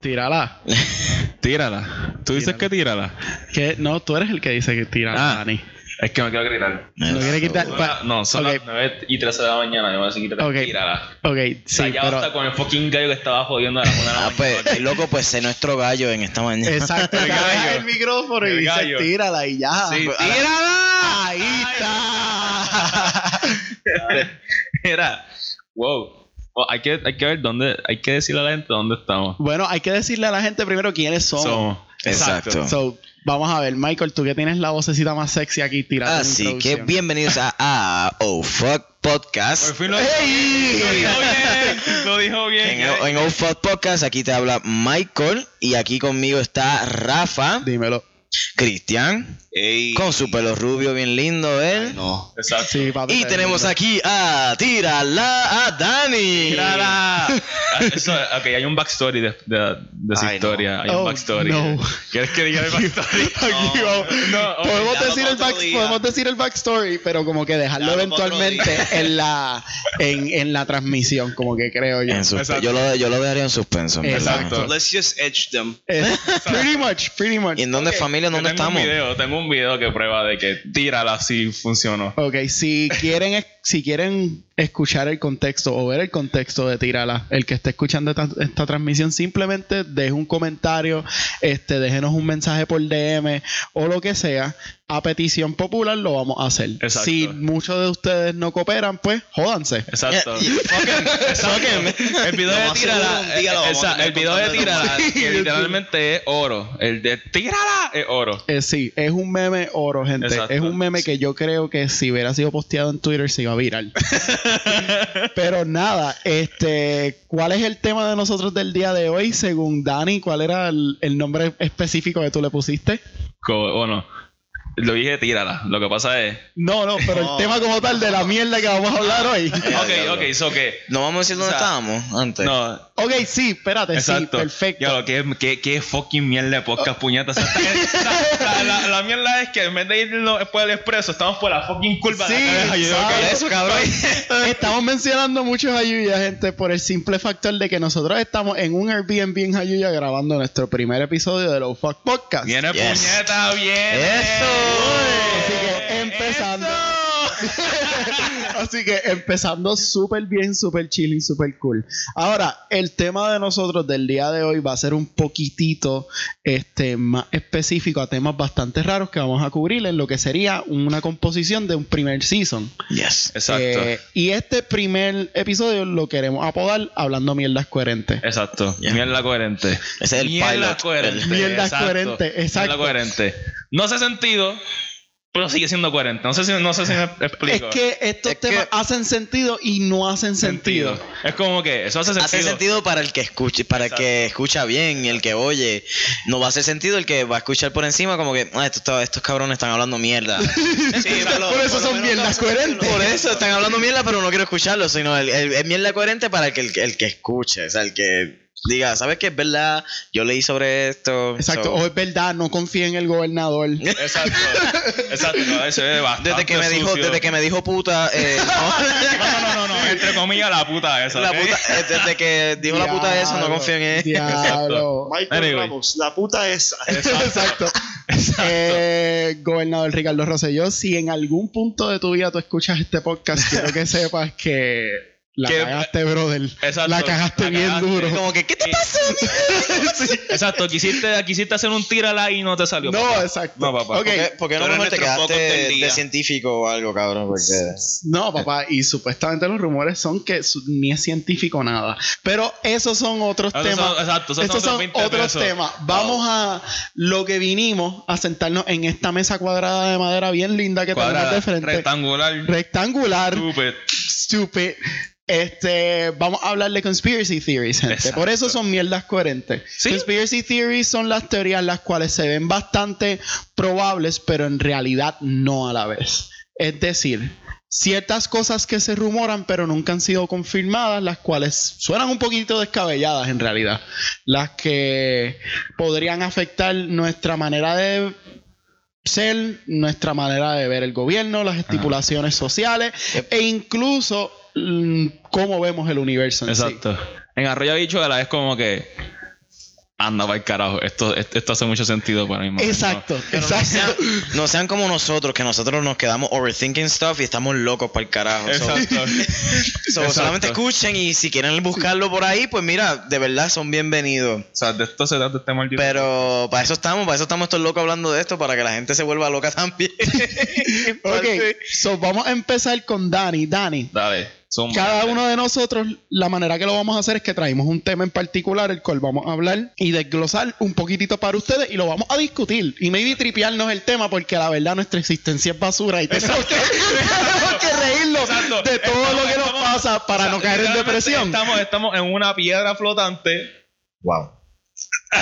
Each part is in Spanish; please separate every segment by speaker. Speaker 1: Tírala.
Speaker 2: Tírala. Tú dices
Speaker 1: Tírala.
Speaker 2: que tírala.
Speaker 1: Que, no, tú eres el que dice que tira
Speaker 2: Ah.
Speaker 1: Dani.
Speaker 3: Es que me quiero gritar.
Speaker 1: No quiere quitar.
Speaker 3: Son
Speaker 1: pa-
Speaker 3: las- no, son
Speaker 1: ok,
Speaker 3: las 9 y 13 de la mañana. Yo me voy a seguir
Speaker 1: Ok.
Speaker 3: tirada.
Speaker 1: Ok, sí,
Speaker 3: o sea, ya
Speaker 1: pero.
Speaker 3: basta con el fucking gallo que estaba jodiendo a la 1 de la
Speaker 4: Ah,
Speaker 3: mañana.
Speaker 4: pues, loco, pues es nuestro gallo en esta mañana.
Speaker 1: Exacto,
Speaker 3: El
Speaker 1: deja
Speaker 3: gallo.
Speaker 1: el micrófono y
Speaker 3: El
Speaker 1: dice
Speaker 3: gallo.
Speaker 1: tírala y ya.
Speaker 3: Sí,
Speaker 1: Pues,
Speaker 3: tírala.
Speaker 1: ¡Tírala! Ahí está.
Speaker 3: Era, wow. Oh, hay, que, hay que ver dónde, hay que decirle a la gente dónde estamos.
Speaker 1: bueno, hay que decirle a la gente primero quiénes somos.
Speaker 3: Somos.
Speaker 4: Exacto.
Speaker 1: So, vamos a ver, Michael, tú que tienes la vocecita más sexy aquí tirada.
Speaker 4: Así que bienvenidos a Ah, Oh Fuck
Speaker 3: Pues
Speaker 2: Por
Speaker 4: Podcast.
Speaker 2: fin lo
Speaker 3: Lo dijo bien, lo dijo
Speaker 4: En,
Speaker 3: bien. ¿eh?
Speaker 4: en Oh Fuck Podcast aquí te habla Michael y aquí conmigo está Rafa,
Speaker 1: Dímelo.
Speaker 4: Cristian,
Speaker 5: Ey.
Speaker 4: con su pelo rubio bien lindo él.
Speaker 5: No.
Speaker 3: Exacto.
Speaker 1: Sí, papi,
Speaker 4: Y
Speaker 1: te
Speaker 4: tenemos
Speaker 1: digo.
Speaker 4: aquí a Tírala a Dani.
Speaker 3: Ah, Eso, ok, hay un backstory de, de, de esa
Speaker 5: Ay, no.
Speaker 3: historia. Hay
Speaker 1: Oh,
Speaker 3: un backstory.
Speaker 1: no.
Speaker 3: ¿Quieres que diga el backstory?
Speaker 1: Aquí vamos.
Speaker 3: No, ok,
Speaker 1: podemos,
Speaker 5: ya lo
Speaker 1: decir el
Speaker 5: otro
Speaker 1: back-
Speaker 5: día.
Speaker 1: podemos decir el backstory, pero como que dejarlo
Speaker 5: Ya lo otro
Speaker 1: eventualmente en la, en, en la transmisión, como que creo yo.
Speaker 4: En suspe-
Speaker 3: Exacto.
Speaker 4: yo, lo, yo lo dejaría en suspenso. en verdad.
Speaker 1: Exacto.
Speaker 5: Let's just edge them.
Speaker 1: Es- pretty much, pretty much.
Speaker 4: ¿Y en dónde
Speaker 3: Ok, yo
Speaker 4: familia?
Speaker 3: tengo
Speaker 4: ¿Dónde estamos?
Speaker 3: Un video, tengo un video que prueba de que tírala si funcionó.
Speaker 1: Ok, si quieren, es- si quieren escuchar el contexto o ver el contexto de Tírala, el que esté escuchando esta, esta transmisión, simplemente deje un comentario, este, déjenos un mensaje por DM o lo que sea. A petición popular lo vamos a hacer.
Speaker 3: Exacto.
Speaker 1: Si muchos de ustedes no cooperan, pues jódanse.
Speaker 3: Exacto.
Speaker 4: Yeah,
Speaker 3: El video
Speaker 5: Lo
Speaker 3: de
Speaker 5: más seguro, un día
Speaker 3: tírala.
Speaker 5: lo vamos a
Speaker 3: esa-
Speaker 5: tener
Speaker 3: El video de
Speaker 5: contando esa
Speaker 3: tírala que literalmente es oro. El de tírala es oro.
Speaker 1: Eh, sí, es un meme oro, gente.
Speaker 3: Exacto.
Speaker 1: Es un meme que yo creo que si hubiera sido posteado en Twitter se iba a virar. Pero nada, este, ¿cuál es el tema de nosotros del día de hoy? Según Dani, ¿cuál era el, el nombre específico que tú le pusiste?
Speaker 3: Co- Bueno, lo dije tírala. Lo que pasa es.
Speaker 1: No, no, pero
Speaker 5: No.
Speaker 1: el tema como tal de la mierda que vamos a hablar hoy.
Speaker 3: Ok, ok, so que.
Speaker 4: No vamos a decir dónde
Speaker 3: O sea,
Speaker 4: estábamos antes.
Speaker 3: No,
Speaker 1: Ok, sí, espérate,
Speaker 3: Exacto.
Speaker 1: Pues sí, perfecto.
Speaker 3: Ya lo que qué, qué fucking mierda de podcast, puñetas. O sea, está- la, la- la mierda es que en vez de irnos por el expreso, estamos por la fucking curva de
Speaker 1: Sí,
Speaker 3: la cabeza. Yo digo que-
Speaker 4: Por
Speaker 1: exacto.
Speaker 4: Ah, eso, cabrón.
Speaker 1: Estamos mencionando mucho Hayuya, gente, por el simple factor de que nosotros estamos en un Airbnb en Hayuya grabando nuestro primer episodio de Low Fuck Podcast.
Speaker 3: Viene
Speaker 4: Yes.
Speaker 3: puñeta, viene. Eh,
Speaker 1: Así
Speaker 4: Eso.
Speaker 1: que empezando.
Speaker 3: Eso.
Speaker 1: Así que empezando súper bien, súper chilling, súper cool. Ahora, el tema de nosotros del día de hoy va a ser un poquitito este, más específico a temas bastante raros que vamos a cubrir en lo que sería una composición de un primer season.
Speaker 4: Yes.
Speaker 3: Exacto.
Speaker 1: Eh, y este primer episodio lo queremos apodar hablando mierdas coherentes.
Speaker 3: Exacto.
Speaker 4: Ya.
Speaker 3: Mierda coherente.
Speaker 4: Ese es el
Speaker 3: Mierda
Speaker 4: pilot.
Speaker 3: coherente.
Speaker 4: El-
Speaker 1: Mierda
Speaker 3: Exacto.
Speaker 1: coherente, exacto.
Speaker 3: Mierda coherente. No hace sentido, pero sigue siendo coherente. No sé si, no sé si me
Speaker 1: Es
Speaker 3: explico.
Speaker 1: que estos
Speaker 4: Es
Speaker 1: temas
Speaker 4: que-
Speaker 1: hacen sentido y no hacen sentido.
Speaker 3: Es como que eso hace sentido.
Speaker 4: Hace sentido para el que escuche, para el que escucha bien y el que oye. No va a hacer sentido el que va a escuchar por encima como que, ah, estos, estos cabrones están hablando mierda.
Speaker 5: Sí, pero-
Speaker 1: Por eso
Speaker 5: lo
Speaker 1: son
Speaker 5: menos
Speaker 1: mierdas
Speaker 5: estamos-
Speaker 1: coherentes.
Speaker 4: Por eso están hablando mierda, pero no quiero escucharlo, sino el, el- el mierda coherente para el que, el, que- el que escuche, o sea, el que diga, ¿sabes qué es verdad? Yo leí sobre esto.
Speaker 1: Exacto,
Speaker 4: so-
Speaker 1: o es verdad, no confía en el gobernador.
Speaker 3: Exacto. Exacto. A veces es bastante
Speaker 4: desde que me dijo,
Speaker 3: sucio.
Speaker 4: desde que me dijo puta, eh, no.
Speaker 3: No, no, no, no, no, entre comillas la puta esa.
Speaker 4: La
Speaker 3: ¿ok?
Speaker 4: puta, eh, desde que dijo la puta eso, no
Speaker 1: Diablo,
Speaker 4: confío en él.
Speaker 1: Diablo.
Speaker 5: Michael
Speaker 3: Anyway.
Speaker 5: Ramos, la puta esa.
Speaker 1: Exacto. Eh, gobernador Ricardo Rosselló, si en algún punto de tu vida tú escuchas este podcast, quiero que sepas que la
Speaker 3: Que-
Speaker 1: cagaste, brother.
Speaker 3: Exacto,
Speaker 1: la cagaste
Speaker 3: la
Speaker 1: bien
Speaker 3: cagaste.
Speaker 1: duro.
Speaker 4: Como que, ¿qué te pasó?
Speaker 3: Exacto, quisiste, quisiste hacer un tírala y no te salió.
Speaker 1: No,
Speaker 3: papá.
Speaker 1: exacto.
Speaker 3: No, papá.
Speaker 1: Ok.
Speaker 4: Porque, porque
Speaker 5: Tú
Speaker 4: no
Speaker 5: eres
Speaker 4: mejor te
Speaker 5: nuestro focus del
Speaker 4: quedaste de
Speaker 5: día.
Speaker 4: científico o algo, cabrón. Porque...
Speaker 1: No, papá, y supuestamente los rumores son que su- ni es científico nada. Pero esos son otros
Speaker 3: Ah, Esos
Speaker 1: temas.
Speaker 3: son- exacto, esos
Speaker 1: Estos
Speaker 3: son
Speaker 1: son
Speaker 3: 20
Speaker 1: otros
Speaker 3: pesos.
Speaker 1: temas. Vamos a lo que vinimos a sentarnos en esta mesa cuadrada de madera bien linda que tenemos
Speaker 3: Cuadrada, Mm.
Speaker 1: de frente.
Speaker 3: rectangular,
Speaker 1: rectangular.
Speaker 3: stupid.
Speaker 1: stupid. Este, vamos a hablar de conspiracy theories, gente.
Speaker 3: Exacto.
Speaker 1: Por eso son mierdas coherentes.
Speaker 3: Sí.
Speaker 1: Conspiracy theories son las teorías las cuales se ven bastante probables, pero en realidad no a la vez. Es decir, ciertas cosas que se rumoran, pero nunca han sido confirmadas, las cuales suenan un poquito descabelladas en realidad. Las que podrían afectar nuestra manera de ser, nuestra manera de ver el gobierno, las estipulaciones sociales e incluso mm, cómo vemos el universo. en sí.
Speaker 3: Exacto. En Arroyo Bichuela es como que Anda para el carajo. Esto, esto, esto hace mucho sentido para mí. mano.
Speaker 1: Exacto, exacto.
Speaker 4: No sean como nosotros, que nosotros nos quedamos overthinking stuff y estamos locos para el carajo. So-
Speaker 6: Exacto.
Speaker 4: so, solamente escuchen y si quieren buscarlo por ahí, pues mira, de verdad son bienvenidos.
Speaker 6: O sea, de esto se trata este maldito.
Speaker 4: Pero para eso estamos, para eso estamos estos locos hablando de esto, para que la gente se vuelva loca también.
Speaker 1: Ok, so vamos a empezar con Dani. Dani,
Speaker 3: Dale. zumba.
Speaker 1: cada uno de nosotros, la manera que lo vamos a hacer es que traemos un tema en particular, el cual vamos a hablar y desglosar un poquitito para ustedes y lo vamos a discutir. Y maybe tripearnos el tema porque la verdad nuestra existencia es basura y tenemos que, tenemos que reírnos
Speaker 6: Exacto.
Speaker 1: de todo
Speaker 6: Estamos-
Speaker 1: lo que nos
Speaker 6: estamos-
Speaker 1: pasa para
Speaker 6: O sea,
Speaker 1: no caer en
Speaker 6: literalmente
Speaker 1: depresión.
Speaker 6: Estamos, estamos en una piedra flotante.
Speaker 4: Wow.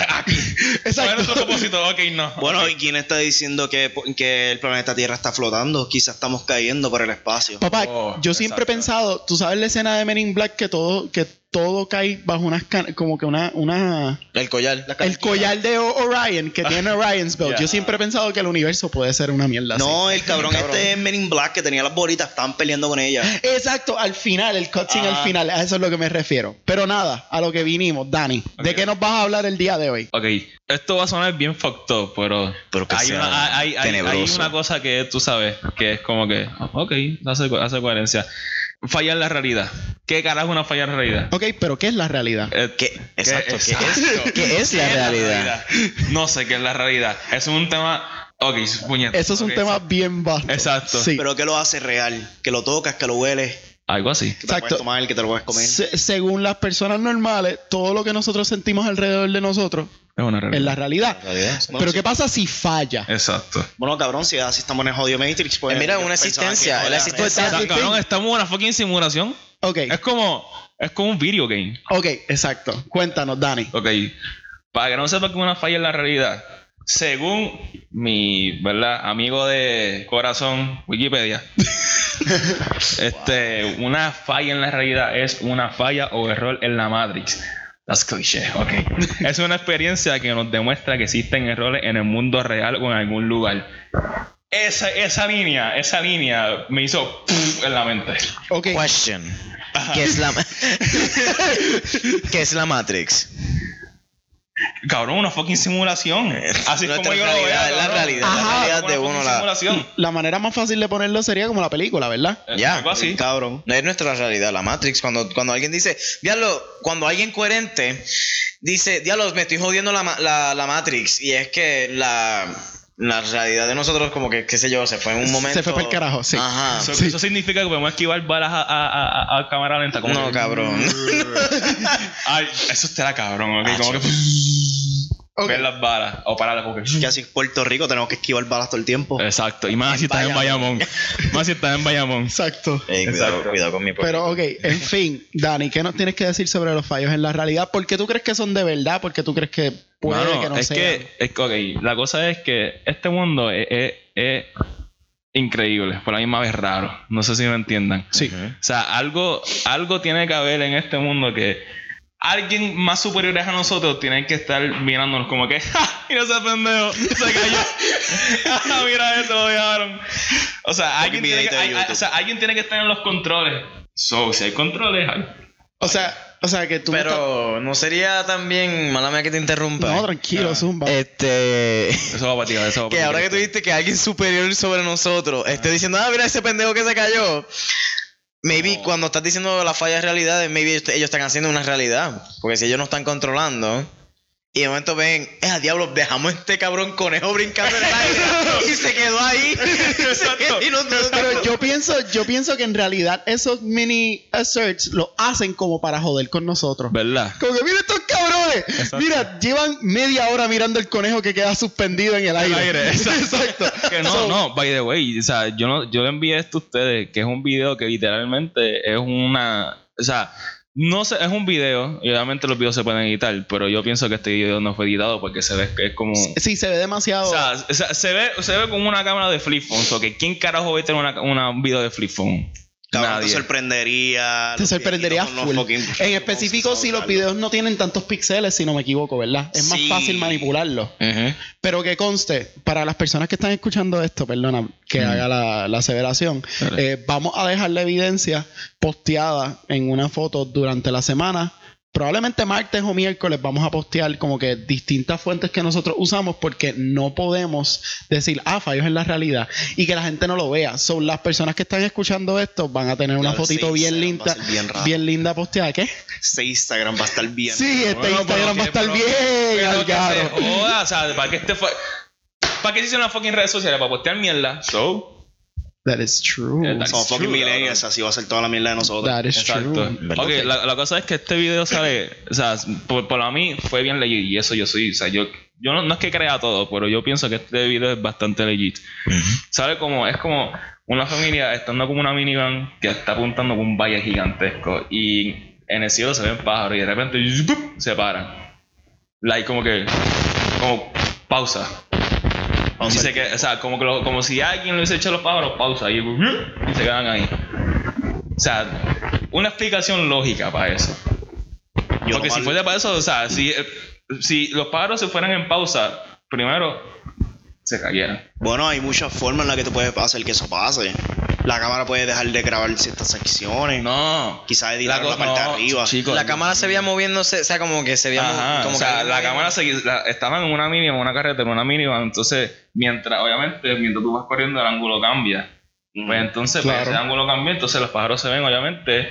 Speaker 6: ¿Cuál es
Speaker 1: Exacto.
Speaker 6: nuestro propósito? Ok, no.
Speaker 5: Bueno, ¿y quién está diciendo que, que el planeta Tierra está flotando? Quizás estamos cayendo por el espacio.
Speaker 1: Papá,
Speaker 3: Oh,
Speaker 1: yo siempre he
Speaker 3: exacto.
Speaker 1: pensado, tú sabes la escena de Men in Black que todo, que todo cae bajo unas can- como que una, una
Speaker 4: El collar. La
Speaker 1: el collar de O- Orion que tiene Orion's Belt.
Speaker 3: Ya.
Speaker 1: Yo siempre he pensado que el universo puede ser una mierda así.
Speaker 5: No, el cabrón,
Speaker 4: Cabrón.
Speaker 5: este es Men in Black que tenía las bolitas, estaban peleando con ella.
Speaker 1: Exacto, al final, el cutscene
Speaker 5: Ah.
Speaker 1: al final, a eso es lo que me refiero. Pero nada, a lo que vinimos, Dani, ¿de
Speaker 3: Ok.
Speaker 1: qué nos vas a hablar el día de hoy?
Speaker 3: Ok, esto va a sonar bien fucked up, pero,
Speaker 4: Pero que
Speaker 3: hay,
Speaker 4: sea
Speaker 3: una, hay, hay- hay
Speaker 4: tenebroso.
Speaker 3: una cosa que tú sabes, que es como que, oh, ok, hace, co- hace coherencia. Fallar la realidad. ¿Qué carajo es una falla en la realidad?
Speaker 1: Ok, pero ¿qué es la realidad?
Speaker 3: Eh,
Speaker 4: ¿Qué? Exacto. ¿Qué
Speaker 3: exacto.
Speaker 4: es, ¿Qué es la
Speaker 3: ¿Qué es la
Speaker 4: realidad?
Speaker 3: realidad? No sé qué es la realidad. Es un tema... Ok, puñeta.
Speaker 1: Eso es un
Speaker 3: ok,
Speaker 1: tema
Speaker 3: sí.
Speaker 1: bien vasto.
Speaker 3: Exacto.
Speaker 1: Sí.
Speaker 5: Pero que lo hace real, que lo tocas, que lo hueles,
Speaker 3: Algo así.
Speaker 5: que te lo puedes
Speaker 1: Exacto.
Speaker 5: tomar, que te lo puedes comer.
Speaker 1: Se- según las personas normales, todo lo que nosotros sentimos alrededor de nosotros
Speaker 3: Es una
Speaker 1: es
Speaker 3: realidad.
Speaker 1: la realidad.
Speaker 5: Bueno,
Speaker 1: Pero
Speaker 5: sí.
Speaker 1: ¿qué pasa si falla?
Speaker 3: Exacto.
Speaker 5: Bueno, cabrón, si así estamos en el jodido Matrix, pues.
Speaker 4: Eh, mira,
Speaker 5: yo
Speaker 4: una
Speaker 5: pensaba que
Speaker 4: existencia,
Speaker 5: no
Speaker 4: la
Speaker 5: era
Speaker 4: existencia.
Speaker 5: real.
Speaker 3: O sea, cabrón, estamos en una fucking simulación.
Speaker 1: Ok,
Speaker 3: Es como... Es como un video game.
Speaker 1: ok, exacto. Cuéntanos, Dani.
Speaker 3: Ok. Para que no sepa que es una falla en la realidad, según mi, ¿verdad? Amigo de corazón, Wikipedia. este, una falla en la realidad es una falla o error en la Matrix. That's cliché, ok. es una experiencia que nos demuestra que existen errores en el mundo real o en algún lugar. Esa, esa línea, esa línea me hizo en la mente.
Speaker 1: Ok,
Speaker 4: Question. ¿Qué es la ¿Qué es la Matrix?
Speaker 6: Cabrón, una fucking simulación. Así
Speaker 4: Eh, Nuestra
Speaker 6: como yo lo veo.
Speaker 4: realidad, la
Speaker 6: cabrón.
Speaker 4: realidad,
Speaker 1: la Ajá.
Speaker 4: realidad
Speaker 6: Una
Speaker 4: de uno,
Speaker 6: fucking
Speaker 4: la-
Speaker 6: simulación.
Speaker 1: la manera más fácil de ponerlo sería como la película, ¿verdad?
Speaker 3: Eh,
Speaker 4: Ya.
Speaker 6: Algo así.
Speaker 5: Cabrón.
Speaker 4: No es nuestra realidad, la Matrix. Cuando, cuando alguien dice, diablo, cuando alguien coherente dice, diablo, me estoy jodiendo la, ma- la, la Matrix. Y es que la, la realidad de nosotros, como que, qué sé yo, se fue en un
Speaker 1: Se
Speaker 4: momento. Ah.
Speaker 1: fue pa'l carajo, sí.
Speaker 4: Ajá.
Speaker 6: Eso,
Speaker 1: Sí.
Speaker 6: eso significa que podemos esquivar balas a, a- a- a- a cámara lenta. Como
Speaker 4: No,
Speaker 6: que-
Speaker 4: cabrón.
Speaker 6: Ay, eso estará cabrón, ok.
Speaker 4: Ah,
Speaker 6: como que
Speaker 1: Ok.
Speaker 3: pues, Ver las balas o pararlas como que-
Speaker 5: Ya si es Puerto Rico tenemos que esquivar balas todo el tiempo.
Speaker 3: Exacto, y más si estás en Bayamón. Más si estás en Bayamón.
Speaker 1: Exacto.
Speaker 4: Ey, cuidado,
Speaker 3: Exacto.
Speaker 4: cuidado con mi
Speaker 1: Pero ok, en fin, Dani, ¿qué nos tienes que decir sobre los fallos en la realidad? ¿Por qué tú crees que son de verdad? ¿Por qué tú crees que puede
Speaker 3: Mano,
Speaker 1: que no
Speaker 3: es
Speaker 1: sea?
Speaker 3: que, es que, ok, la cosa es que este mundo es, es- es increíble, por la misma vez raro. No sé si me entiendan.
Speaker 1: Sí.
Speaker 3: O sea, algo, algo tiene que haber en este mundo que alguien más superior a nosotros tiene que estar mirándonos como que, ¡ja! Mira ese pendejo, se cayó. Ah, Mira eso, lo dejaron. O sea, alguien tiene, que,
Speaker 5: videito de
Speaker 3: hay- hay-
Speaker 5: YouTube.
Speaker 3: o sea, alguien tiene que estar en los controles. So, si hay controles, hay.
Speaker 1: O sea, o sea que tú me estás-
Speaker 4: Pero no sería también, mala mía que te interrumpa.
Speaker 3: pues,
Speaker 1: No, tranquilo, zumba.
Speaker 3: Eh,
Speaker 4: Este.
Speaker 3: Eso va para ti, eso va para
Speaker 4: Que
Speaker 3: ti.
Speaker 4: ahora que tú dijiste que alguien superior sobre nosotros esté diciendo, ah, mira ese pendejo que se cayó. Maybe cuando estás diciendo la falla de realidad, eh, maybe ellos ellos están haciendo una realidad. Porque si ellos no están controlando. Y de momento ven, eh, a diablo, dejamos a este cabrón conejo brincando en el aire. y se quedó ahí.
Speaker 6: Exacto.
Speaker 4: Y nosotros-
Speaker 1: Pero yo pienso, yo pienso que en realidad esos mini asserts lo hacen como para joder con nosotros.
Speaker 3: ¿Verdad?
Speaker 1: Como que mira estos cabrones.
Speaker 3: Exacto.
Speaker 1: Mira, llevan media hora mirando el conejo que queda suspendido en el aire.
Speaker 3: aire, exacto.
Speaker 1: exacto.
Speaker 3: Que no,
Speaker 1: So,
Speaker 3: no, by the way, o sea, yo, no, yo le envié esto a ustedes, que es un video que literalmente es una, o sea, no sé, es un video, y obviamente los videos se pueden editar, pero yo pienso que este video no fue editado porque se ve que es como...
Speaker 1: Sí, se ve demasiado.
Speaker 3: O sea, o sea, se, ve, se ve como una cámara de flip phone, o sea, que ¿quién carajo ve tener una, una- un video de flip phone?
Speaker 5: Cabrón, te
Speaker 3: Nadie.
Speaker 5: sorprendería.
Speaker 1: te
Speaker 5: los
Speaker 1: sorprendería
Speaker 5: viejitos con
Speaker 1: full.
Speaker 5: los fucking-
Speaker 1: En específico, si los videos no tienen tantos píxeles, si no me equivoco, ¿verdad? Es más
Speaker 5: Sí.
Speaker 1: fácil manipularlos.
Speaker 4: Ujú.
Speaker 1: Pero que conste, para las personas que están escuchando esto, perdona que haga la, la aseveración,
Speaker 3: Dale.
Speaker 1: eh, vamos a dejar la evidencia posteada en una foto durante la semana probablemente martes o miércoles vamos a postear como que distintas fuentes que nosotros usamos porque no podemos decir, ah, fallos en la realidad y que la gente no lo vea. Son las personas que están escuchando esto van a tener una
Speaker 5: Claro,
Speaker 1: fotito
Speaker 5: sí,
Speaker 1: bien
Speaker 5: sí, va a
Speaker 1: linda,
Speaker 5: ser bien raro.
Speaker 1: bien linda posteada. ¿Qué?
Speaker 5: Ese Instagram va a estar bien. pues,
Speaker 1: Sí, este
Speaker 3: Bueno,
Speaker 1: Instagram
Speaker 3: pero
Speaker 1: va a
Speaker 3: que-
Speaker 1: estar
Speaker 3: pero-
Speaker 1: bien,
Speaker 3: Pero que se
Speaker 1: Algaro.
Speaker 3: joda, o sea, ¿para qué este fa- ¿Para qué se hicieron las fucking redes sociales? ¿Para postear mierda? So,
Speaker 1: That is true.
Speaker 3: That is
Speaker 5: Somos fucking
Speaker 3: true,
Speaker 5: millennials, así va a ser toda la mierda de nosotros.
Speaker 1: That is
Speaker 3: exacto.
Speaker 1: true.
Speaker 3: Ok, la, la cosa es que este video sale, o sea, por, por a mí fue bien legit y eso yo soy, o sea, yo, yo no, no es que crea todo, pero yo pienso que este video es bastante legit. ¿Sabe cómo? Es como una familia estando con una minivan que está apuntando con un valle gigantesco y en el cielo se ven pájaros y de repente ¡zup!, se paran. Like, como que, como pausa. Dice que, o sea, como, que lo- como si alguien le hubiese hecho a los pájaros, pausa y, y se quedan ahí. O sea, una explicación lógica para eso.
Speaker 5: Yo
Speaker 3: Porque
Speaker 5: nomás-
Speaker 3: si fuese para eso, o sea, si, eh, si los pájaros se fueran en pausa, primero se cayeran.
Speaker 5: Bueno, hay muchas formas en las que tú puedes hacer que eso pase. La cámara puede dejar de grabar ciertas secciones.
Speaker 3: No.
Speaker 5: Quizás editar la,
Speaker 3: cosa-
Speaker 5: parte de
Speaker 3: no,
Speaker 5: arriba.
Speaker 3: chicos,
Speaker 4: La
Speaker 3: no.
Speaker 4: cámara se veía moviéndose, o sea, como que se veía mo-
Speaker 3: Ajá,
Speaker 4: como
Speaker 3: o sea,
Speaker 4: que
Speaker 3: la cámara se, la- estaban en una minivan, una carretera, una minivan. Entonces, mientras, obviamente, mientras tú vas corriendo, el ángulo cambia. Pues entonces, pues,
Speaker 1: Claro.
Speaker 3: ese ángulo cambia, entonces los pájaros se ven, obviamente,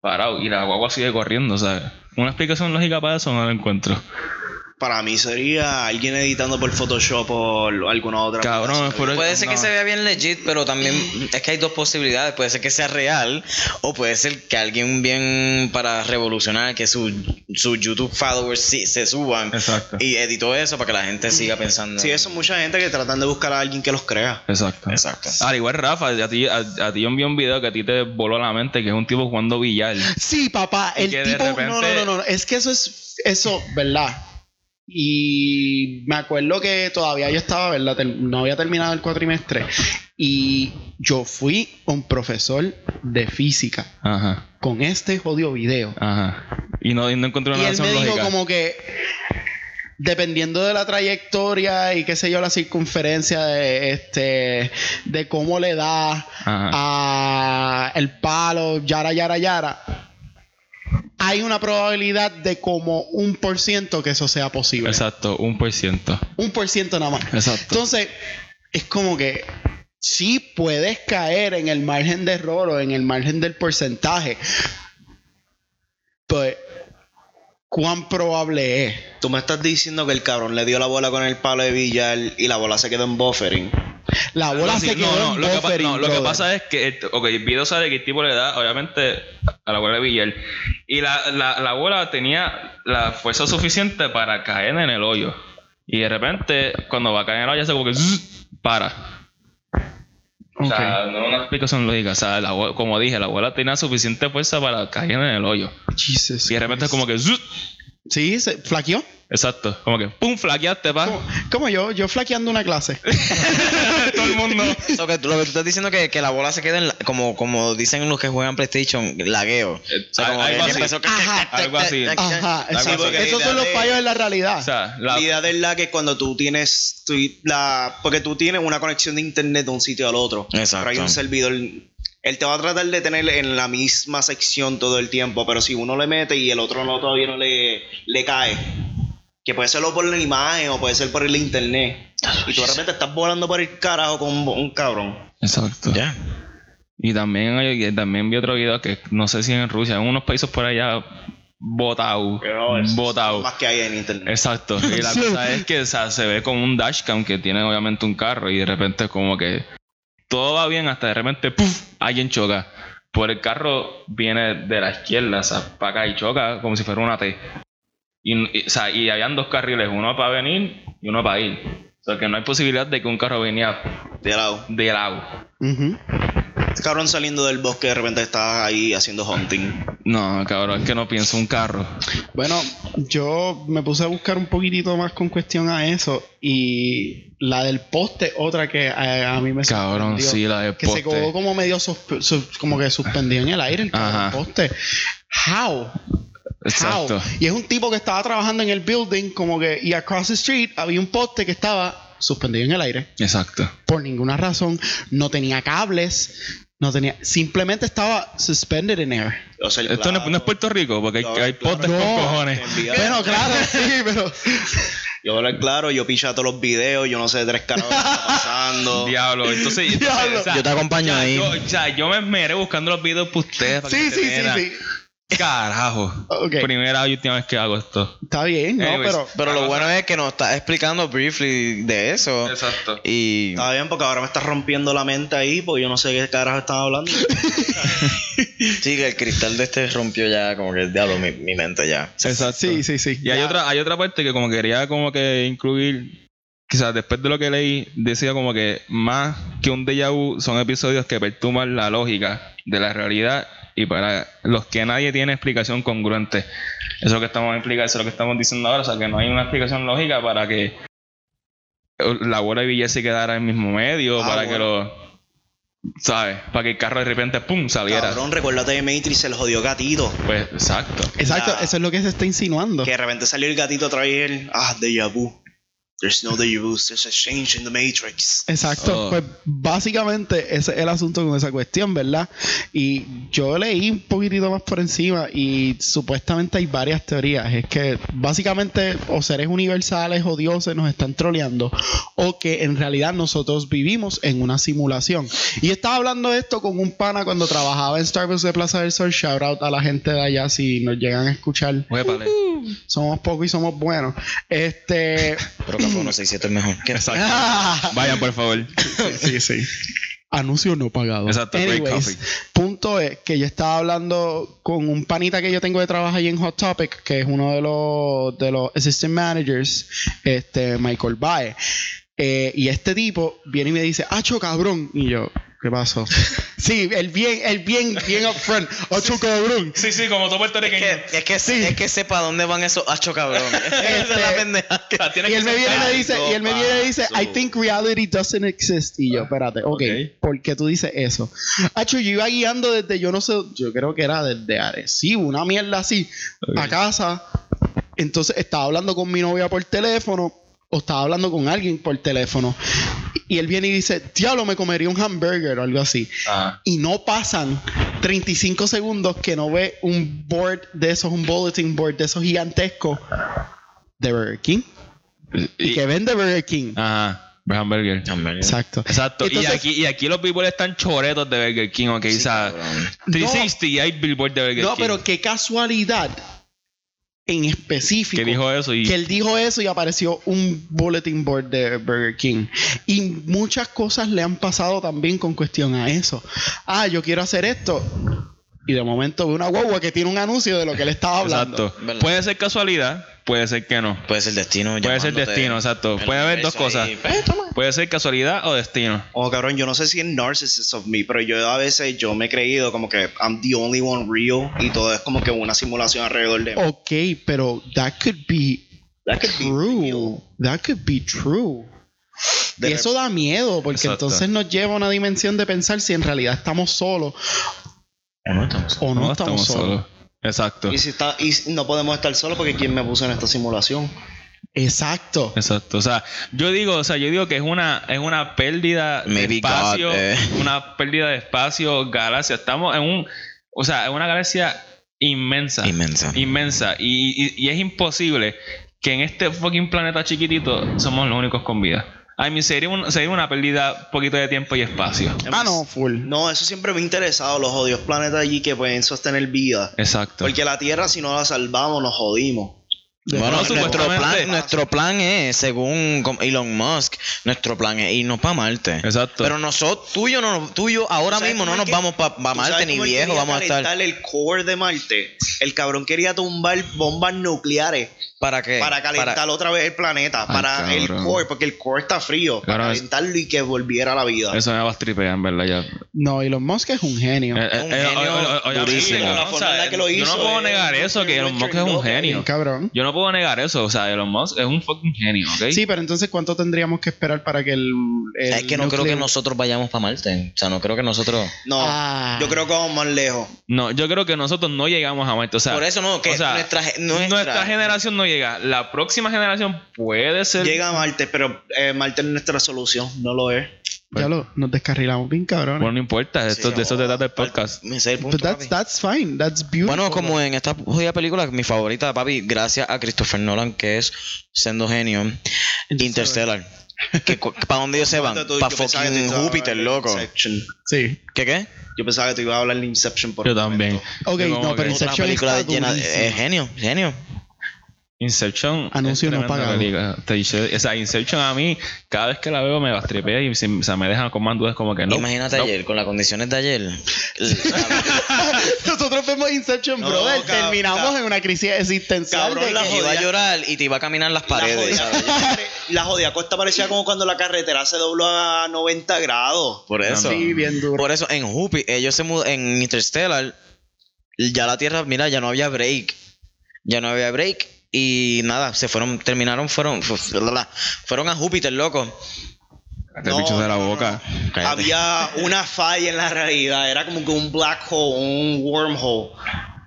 Speaker 3: parados y la guagua sigue corriendo, ¿sabes? Una explicación lógica para eso no la encuentro.
Speaker 5: Para mí sería alguien editando por Photoshop o alguna otra.
Speaker 3: Cabrón, es por eso.
Speaker 4: Puede ser que
Speaker 3: no.
Speaker 4: se vea bien legit, pero también es que hay dos posibilidades. Puede ser que sea real o puede ser que alguien bien para revolucionar, que sus su YouTube followers sí, se suban
Speaker 3: Exacto.
Speaker 4: y editó eso para que la gente siga pensando.
Speaker 5: Sí, eso es mucha gente que tratan de buscar a alguien que los crea.
Speaker 3: Exacto.
Speaker 4: Exacto.
Speaker 3: Al igual, Rafa, a ti, a, a ti yo envié un video que a ti te voló la mente, que es un tipo jugando billar.
Speaker 1: Sí, papá,
Speaker 3: Y
Speaker 1: el
Speaker 3: que de
Speaker 1: tipo. No, no,
Speaker 3: repente-
Speaker 1: no, no, no, es que eso es. Eso, ¿verdad? Y me acuerdo que todavía yo estaba, ¿verdad? Ter- No había terminado el cuatrimestre. Y yo fui un profesor de física
Speaker 3: Ajá,
Speaker 1: con este jodido video.
Speaker 3: ajá. Y no, y no encontré una
Speaker 1: Y él
Speaker 3: razón
Speaker 1: me dijo
Speaker 3: lógica.
Speaker 1: como que dependiendo de la trayectoria y qué sé yo la circunferencia de este de cómo le da
Speaker 3: Ajá.
Speaker 1: a el palo yara yara yara hay una probabilidad de como un por ciento que eso sea posible
Speaker 3: Exacto, un por ciento.
Speaker 1: un por ciento nada más
Speaker 3: Exacto.
Speaker 1: entonces es como que sí puedes caer en el margen de error o en el margen del porcentaje pero cuán probable es
Speaker 5: Tú me estás diciendo que el cabrón le dio la bola con el palo de billar y la bola se quedó en buffering.
Speaker 1: La bola
Speaker 3: Sí,
Speaker 1: se quedó
Speaker 3: no, no,
Speaker 1: en
Speaker 3: lo que pa-
Speaker 1: buffering,
Speaker 3: no, lo que
Speaker 1: brother.
Speaker 3: pasa es que el, ok, el video sabe que el tipo le da, obviamente, a la bola de billar. Y la, la, la bola tenía la fuerza suficiente para caer en el hoyo. Y de repente, cuando va a caer en el hoyo, hace como que zzz, para. O sea, no es una explicación lógica. O sea, la bo- como dije, la bola tenía suficiente fuerza para caer en el hoyo.
Speaker 1: Jesus
Speaker 3: Y de repente es
Speaker 1: Christ.
Speaker 3: como que... ¡zut!
Speaker 1: Sí, se flaqueó.
Speaker 3: Exacto. Como que... ¡Pum! Flaqueaste, pa.
Speaker 1: Como, como yo, yo flaqueando una clase.
Speaker 3: Todo el mundo.
Speaker 4: So que- lo que tú estás diciendo que, que la bola se queda en la- como, como dicen los que juegan PlayStation, lagueo. O sea, como
Speaker 3: algo
Speaker 4: que
Speaker 3: así.
Speaker 4: empezó que-
Speaker 1: Ajá.
Speaker 3: Algo así.
Speaker 1: Este, Ajá,
Speaker 3: La
Speaker 1: exacto.
Speaker 5: cosa que
Speaker 1: Esos son los
Speaker 5: date-
Speaker 1: fallos en la
Speaker 3: O
Speaker 1: realidad.
Speaker 3: sea, la...
Speaker 5: La
Speaker 1: este,
Speaker 5: idea es la que cuando tú tienes tu- la porque tú tienes una conexión de internet de un sitio al otro.
Speaker 4: Exacto.
Speaker 5: Pero hay un servidor él te va a tratar de tener en la misma sección todo el tiempo, pero si uno le mete y el otro no todavía no le, le cae, que puede serlo por la imagen o puede ser por el internet. Y tú de repente estás volando por el carajo con un, un cabrón.
Speaker 3: Exacto.
Speaker 4: Ya.
Speaker 3: Y también, hay- y también vi otro video que no sé si en Rusia, en unos países por allá, botao.
Speaker 5: Pero es-
Speaker 3: Botao.
Speaker 5: Más que hay en internet.
Speaker 3: Exacto. Y la cosa es que o sea, se ve como un dashcam que tiene obviamente un carro y de repente es como que todo va bien hasta de repente ¡puf! alguien choca. Por el carro viene de la izquierda, o sea, para acá y choca como si fuera una T. Y, y- o sea, y habían dos carriles, uno para venir y uno para ir. O sea, que no hay posibilidad de que un carro venía
Speaker 5: De lado.
Speaker 3: de lado.
Speaker 1: Ujú.
Speaker 5: Este cabrón saliendo del bosque de repente está ahí haciendo hunting.
Speaker 3: No, cabrón, es que no pienso un carro.
Speaker 1: Bueno, yo me puse a buscar un poquitito más con cuestión a eso. Y la del poste, otra que eh, a, mí me
Speaker 3: Cabrón,
Speaker 1: sorprendió.
Speaker 3: sí, la de
Speaker 1: Que se quedó
Speaker 3: poste.
Speaker 1: como medio susp- sus- como que suspendido en el aire el cabrón
Speaker 3: Ajá.
Speaker 1: poste. How?
Speaker 3: Exacto.
Speaker 1: How? Y es un tipo que estaba trabajando en el building, como que, y across the street había un poste que estaba suspendido en el aire.
Speaker 3: Exacto.
Speaker 1: Por ninguna razón. No tenía cables. No tenía. Simplemente estaba suspended in air.
Speaker 5: O sea, el
Speaker 3: Esto no, es-
Speaker 5: plato,
Speaker 3: no es Puerto Rico, porque hay,
Speaker 5: Claro,
Speaker 3: hay
Speaker 5: claro.
Speaker 3: potes
Speaker 1: No.
Speaker 3: con cojones.
Speaker 5: enviar.
Speaker 1: Bueno, claro, sí, pero.
Speaker 5: Yo hablo claro, yo picha todos los videos, yo no sé tres caras lo que está pasando.
Speaker 3: Diablo, entonces. entonces,
Speaker 1: Diablo.
Speaker 3: o sea,
Speaker 4: Yo te acompaño ahí.
Speaker 3: Yo, o sea, yo me esmeré buscando los videos para ustedes. para
Speaker 1: Sí,
Speaker 3: que
Speaker 1: sí, sí,
Speaker 3: ustedes
Speaker 1: sí.
Speaker 3: vean. Carajo.
Speaker 1: Ok.
Speaker 3: Primera y última vez que hago esto.
Speaker 1: Está bien, no,
Speaker 3: Anyways.
Speaker 1: pero.
Speaker 4: Pero lo bueno es que nos está explicando briefly de eso.
Speaker 3: Exacto.
Speaker 4: Y
Speaker 5: Está bien, porque ahora me estás rompiendo la mente ahí, porque yo no sé qué carajo están hablando.
Speaker 4: sí, que el cristal de este rompió ya, como que el diablo, mi, mi mente ya.
Speaker 3: Exacto.
Speaker 1: Sí, sí, sí.
Speaker 3: Y hay otra, hay otra parte que como quería como que incluir, quizás después de lo que leí, decía como que más que un déjà vu son episodios que perturban la lógica de la realidad y para los que nadie tiene explicación congruente. Eso es lo que estamos explicando, eso es lo que estamos diciendo ahora, o sea que no hay una explicación lógica para que la abuela y se quedara en el mismo medio,
Speaker 5: Ah,
Speaker 3: para que
Speaker 5: bueno.
Speaker 3: lo... ¿Sabes? Para que el carro de repente, ¡pum!, saliera.
Speaker 5: Cabrón, recuérdate de Matrix, el jodió gatito.
Speaker 3: Pues exacto.
Speaker 1: Exacto,
Speaker 5: Ya.
Speaker 1: eso es lo que se está insinuando.
Speaker 5: Que de repente salió el gatito otra vez. y él, Ah, déjà vu. There's no déjà vu, there's a change in the Matrix.
Speaker 1: Exacto,
Speaker 3: Oh.
Speaker 1: pues básicamente ese es el asunto con esa cuestión, ¿verdad? Y yo leí un poquitito más por encima y supuestamente hay varias teorías. Es que básicamente o seres universales o dioses nos están troleando o que en realidad nosotros vivimos en una simulación. Y estaba hablando de esto con un pana cuando trabajaba en Starbucks de Plaza del Sol. Shout out a la gente de allá si nos llegan a escuchar.
Speaker 3: Huépale.
Speaker 1: Somos pocos y somos buenos. Este...
Speaker 4: Pero que fue uno se es mejor. ¿Qué?
Speaker 3: Exacto. Vayan, por favor.
Speaker 1: sí, sí. Anuncio no pagado.
Speaker 3: Exacto, free coffee.
Speaker 1: Anyways, punto es que yo estaba hablando con un panita que yo tengo de trabajo allí en Hot Topic, que es uno de los, de los assistant managers, este, Michael Bae. Eh, y este tipo viene y me dice, ¡Acho cabrón! Y yo, ¿qué pasó? sí, el bien, el bien, bien upfront. ¡Acho cabrón!
Speaker 3: Sí, sí, como todo puertorriqueño.
Speaker 4: Es que, es que
Speaker 1: Sí.
Speaker 4: es que sepa dónde van esos hacho cabrón. Esa
Speaker 3: Este,
Speaker 4: es la pendeja. que-
Speaker 1: Y él me viene y me dice, y él me viene y dice, I think reality doesn't exist. Y yo, espérate, ok,
Speaker 3: Ok.
Speaker 1: ¿por qué tú dices eso? Hacho, yo iba guiando desde, yo no sé, yo creo que era desde Arecibo, una mierda así, a casa. Entonces estaba hablando con mi novia por teléfono, o estaba hablando con alguien por teléfono. Y él viene y dice, diablo, me comería un hamburger o algo así
Speaker 3: Ajá.
Speaker 1: y no pasan 35 segundos que no ve un board de esos, un bulletin board de esos gigantescos de Burger King. Y, que vende Burger King.
Speaker 3: Ah, Ajá. Hamburger.
Speaker 1: Exacto.
Speaker 3: Exacto.
Speaker 1: Entonces-
Speaker 3: y, aquí, y aquí los billboards están choretos de Burger King, ok. o sea,
Speaker 4: cabrón.
Speaker 3: 360 y hay billboard de Burger
Speaker 1: No,
Speaker 3: King.
Speaker 1: pero qué casualidad en específico.
Speaker 3: que dijo eso y
Speaker 1: que él dijo eso y apareció un bulletin board de Burger King. Y muchas cosas le han pasado también con cuestión a eso. Ah, yo quiero hacer esto. Y de momento ve una guagua que tiene un anuncio de lo que él estaba hablando.
Speaker 3: exacto.
Speaker 4: ¿verdad?
Speaker 3: Puede ser casualidad, puede ser que no.
Speaker 4: Puede ser destino.
Speaker 3: Puede ser
Speaker 4: llamándote.
Speaker 3: destino, exacto.
Speaker 4: El
Speaker 3: Puede haber dos
Speaker 4: universo
Speaker 3: cosas.
Speaker 4: ahí. pues,
Speaker 3: Puede ser casualidad o destino.
Speaker 5: Oh, cabrón, yo no sé si es narcissist of me, pero yo a veces yo me he creído como que I'm the only one real y todo es como que una simulación alrededor de mí.
Speaker 1: Ok, pero that could be
Speaker 5: That could be
Speaker 1: true. That could be true.
Speaker 5: De
Speaker 1: y eso da miedo, porque
Speaker 3: Exacto.
Speaker 1: entonces nos lleva a una dimensión de pensar si en realidad estamos solos o no, estamos, solos.
Speaker 3: Exacto.
Speaker 5: Y si está, y si- no podemos estar solos porque quién me puso en esta simulación.
Speaker 1: Exacto.
Speaker 3: Exacto, o sea, yo digo, o sea, yo digo que es una es una pérdida de
Speaker 4: Maybe
Speaker 3: espacio,
Speaker 4: God, eh.
Speaker 3: una pérdida de espacio, galaxia. Estamos en un, o sea, en una galaxia inmensa,
Speaker 4: Inmensa.
Speaker 3: inmensa y, y- y es imposible que en este fucking planeta chiquitito somos los únicos con vida. I mean, sería, un- sería una pérdida un poquito de tiempo y espacio.
Speaker 1: Ah, no, full.
Speaker 5: No, eso siempre me ha interesado, los odios planetas allí que pueden sostener vida.
Speaker 3: Exacto.
Speaker 5: Porque la Tierra, si no la salvamos, nos jodimos.
Speaker 4: Bueno,
Speaker 3: No,
Speaker 4: nuestro
Speaker 3: supuestamente.
Speaker 4: plan, nuestro plan es, según com- Elon Musk, nuestro plan es irnos para Marte.
Speaker 3: Exacto.
Speaker 4: Pero nosotros, tú y yo, no, nos- tú y yo ahora
Speaker 5: ¿Sabes
Speaker 4: mismo no
Speaker 5: cómo
Speaker 4: nos
Speaker 5: es que-
Speaker 4: vamos para
Speaker 5: ¿Tú sabes
Speaker 4: Marte ni
Speaker 5: cómo él
Speaker 4: viejo,
Speaker 5: quería
Speaker 4: vamos a estar.
Speaker 5: calentar el core de Marte. El cabrón quería tumbar bombas nucleares
Speaker 4: ¿Para qué?
Speaker 5: para calentar otra vez el planeta,
Speaker 3: Ay,
Speaker 5: para el
Speaker 3: cabrón.
Speaker 5: core, porque el core está frío, para
Speaker 3: Cabrón, es-
Speaker 5: calentarlo y que volviera a la vida.
Speaker 3: Eso me va a stripear, en verdad, ya.
Speaker 1: No, Elon Musk es un genio.
Speaker 3: Eh, eh,
Speaker 4: Un
Speaker 3: eh,
Speaker 4: genio
Speaker 3: o- o- o- obviamente,
Speaker 4: durísimo.
Speaker 3: o sea,
Speaker 5: La forma en la que lo
Speaker 3: Yo
Speaker 5: hizo,
Speaker 3: no puedo
Speaker 5: eh,
Speaker 3: negar
Speaker 5: un
Speaker 3: eso, que Elon Musk es
Speaker 5: Richard
Speaker 3: un
Speaker 5: López,
Speaker 3: genio.
Speaker 1: Bien cabrón.
Speaker 3: Yo no puedo negar eso, o sea, Elon Musk es un fucking genio, ¿ok?
Speaker 1: Sí, pero entonces, ¿cuánto tendríamos que esperar para que el. el
Speaker 4: Es que no creo
Speaker 1: núcleo-
Speaker 4: que nosotros vayamos para Marte. O sea, no creo que nosotros.
Speaker 5: No,
Speaker 1: Ah.
Speaker 5: yo creo que vamos más lejos.
Speaker 3: No, yo creo que nosotros no llegamos a Marte, o sea,
Speaker 4: Por eso no, que
Speaker 3: o sea,
Speaker 4: nuestra, ge- nuestra,
Speaker 3: nuestra... generación no llega. La próxima generación puede ser.
Speaker 5: Llega a Marte, pero eh, Marte no es nuestra solución, no lo es.
Speaker 1: Ya lo, nos descarrilamos bien, cabrón.
Speaker 3: Bueno, no pues, importa, esto,
Speaker 4: Sí,
Speaker 3: de eso
Speaker 4: no,
Speaker 3: te trata el podcast.
Speaker 4: Me sé el punto,
Speaker 1: But that's,
Speaker 4: papi.
Speaker 1: that's fine, that's beautiful.
Speaker 4: Bueno, como en esta jodida película, mi favorita, papi, gracias a Christopher Nolan, que es sendo genio, Interstellar. ¿Para dónde ellos se van?
Speaker 5: Yo
Speaker 4: Para
Speaker 5: pensaba que tú
Speaker 4: fucking
Speaker 5: ibas a
Speaker 4: Júpiter,
Speaker 5: hablar de
Speaker 4: loco.
Speaker 5: Inception.
Speaker 1: Sí.
Speaker 4: ¿Qué qué?
Speaker 5: Yo pensaba que te iba a hablar de Inception por
Speaker 3: Yo
Speaker 5: un
Speaker 3: también.
Speaker 5: momento.
Speaker 1: Ok,
Speaker 3: Yo como
Speaker 1: no,
Speaker 3: que-
Speaker 1: pero
Speaker 4: Otra
Speaker 1: Inception
Speaker 4: película
Speaker 1: está
Speaker 4: llena de...
Speaker 1: durísima.
Speaker 4: eh, genio, genio.
Speaker 3: Inception. es
Speaker 1: Anuncio no
Speaker 3: tremenda
Speaker 1: pagado.
Speaker 3: película. Te dice- o sea, Inception a mí, cada vez que la veo me bastripea y se, o sea, me deja con más dudas como que no.
Speaker 4: Imagínate
Speaker 3: no.
Speaker 4: ayer, con las condiciones de ayer.
Speaker 1: Nosotros vemos Inception,
Speaker 5: No,
Speaker 1: brother.
Speaker 5: cab-
Speaker 1: terminamos
Speaker 5: cab-
Speaker 1: en una crisis existencial.
Speaker 5: Cabrón,
Speaker 1: de
Speaker 5: la
Speaker 1: que-
Speaker 4: Te iba a
Speaker 5: jodida-
Speaker 4: llorar y te iba a caminar las
Speaker 5: La
Speaker 4: paredes.
Speaker 5: jodida
Speaker 4: ¿sabes?
Speaker 5: costa- La jodida costa parecía como cuando la carretera se dobló a 90 grados.
Speaker 4: Por eso.
Speaker 1: Sí, bien duro.
Speaker 4: Por eso en Júpiter, ellos se mudan en Interstellar, ya la Tierra, mira, ya no había break. Ya no había break y nada, se fueron, terminaron, fueron, fu- fu- la- la- fueron a Júpiter, loco.
Speaker 3: Cállate,
Speaker 5: No,
Speaker 3: este bicho de la
Speaker 5: no, no,
Speaker 3: boca.
Speaker 4: Cállate.
Speaker 5: Había una falla en la realidad. Era como que un black hole, un wormhole,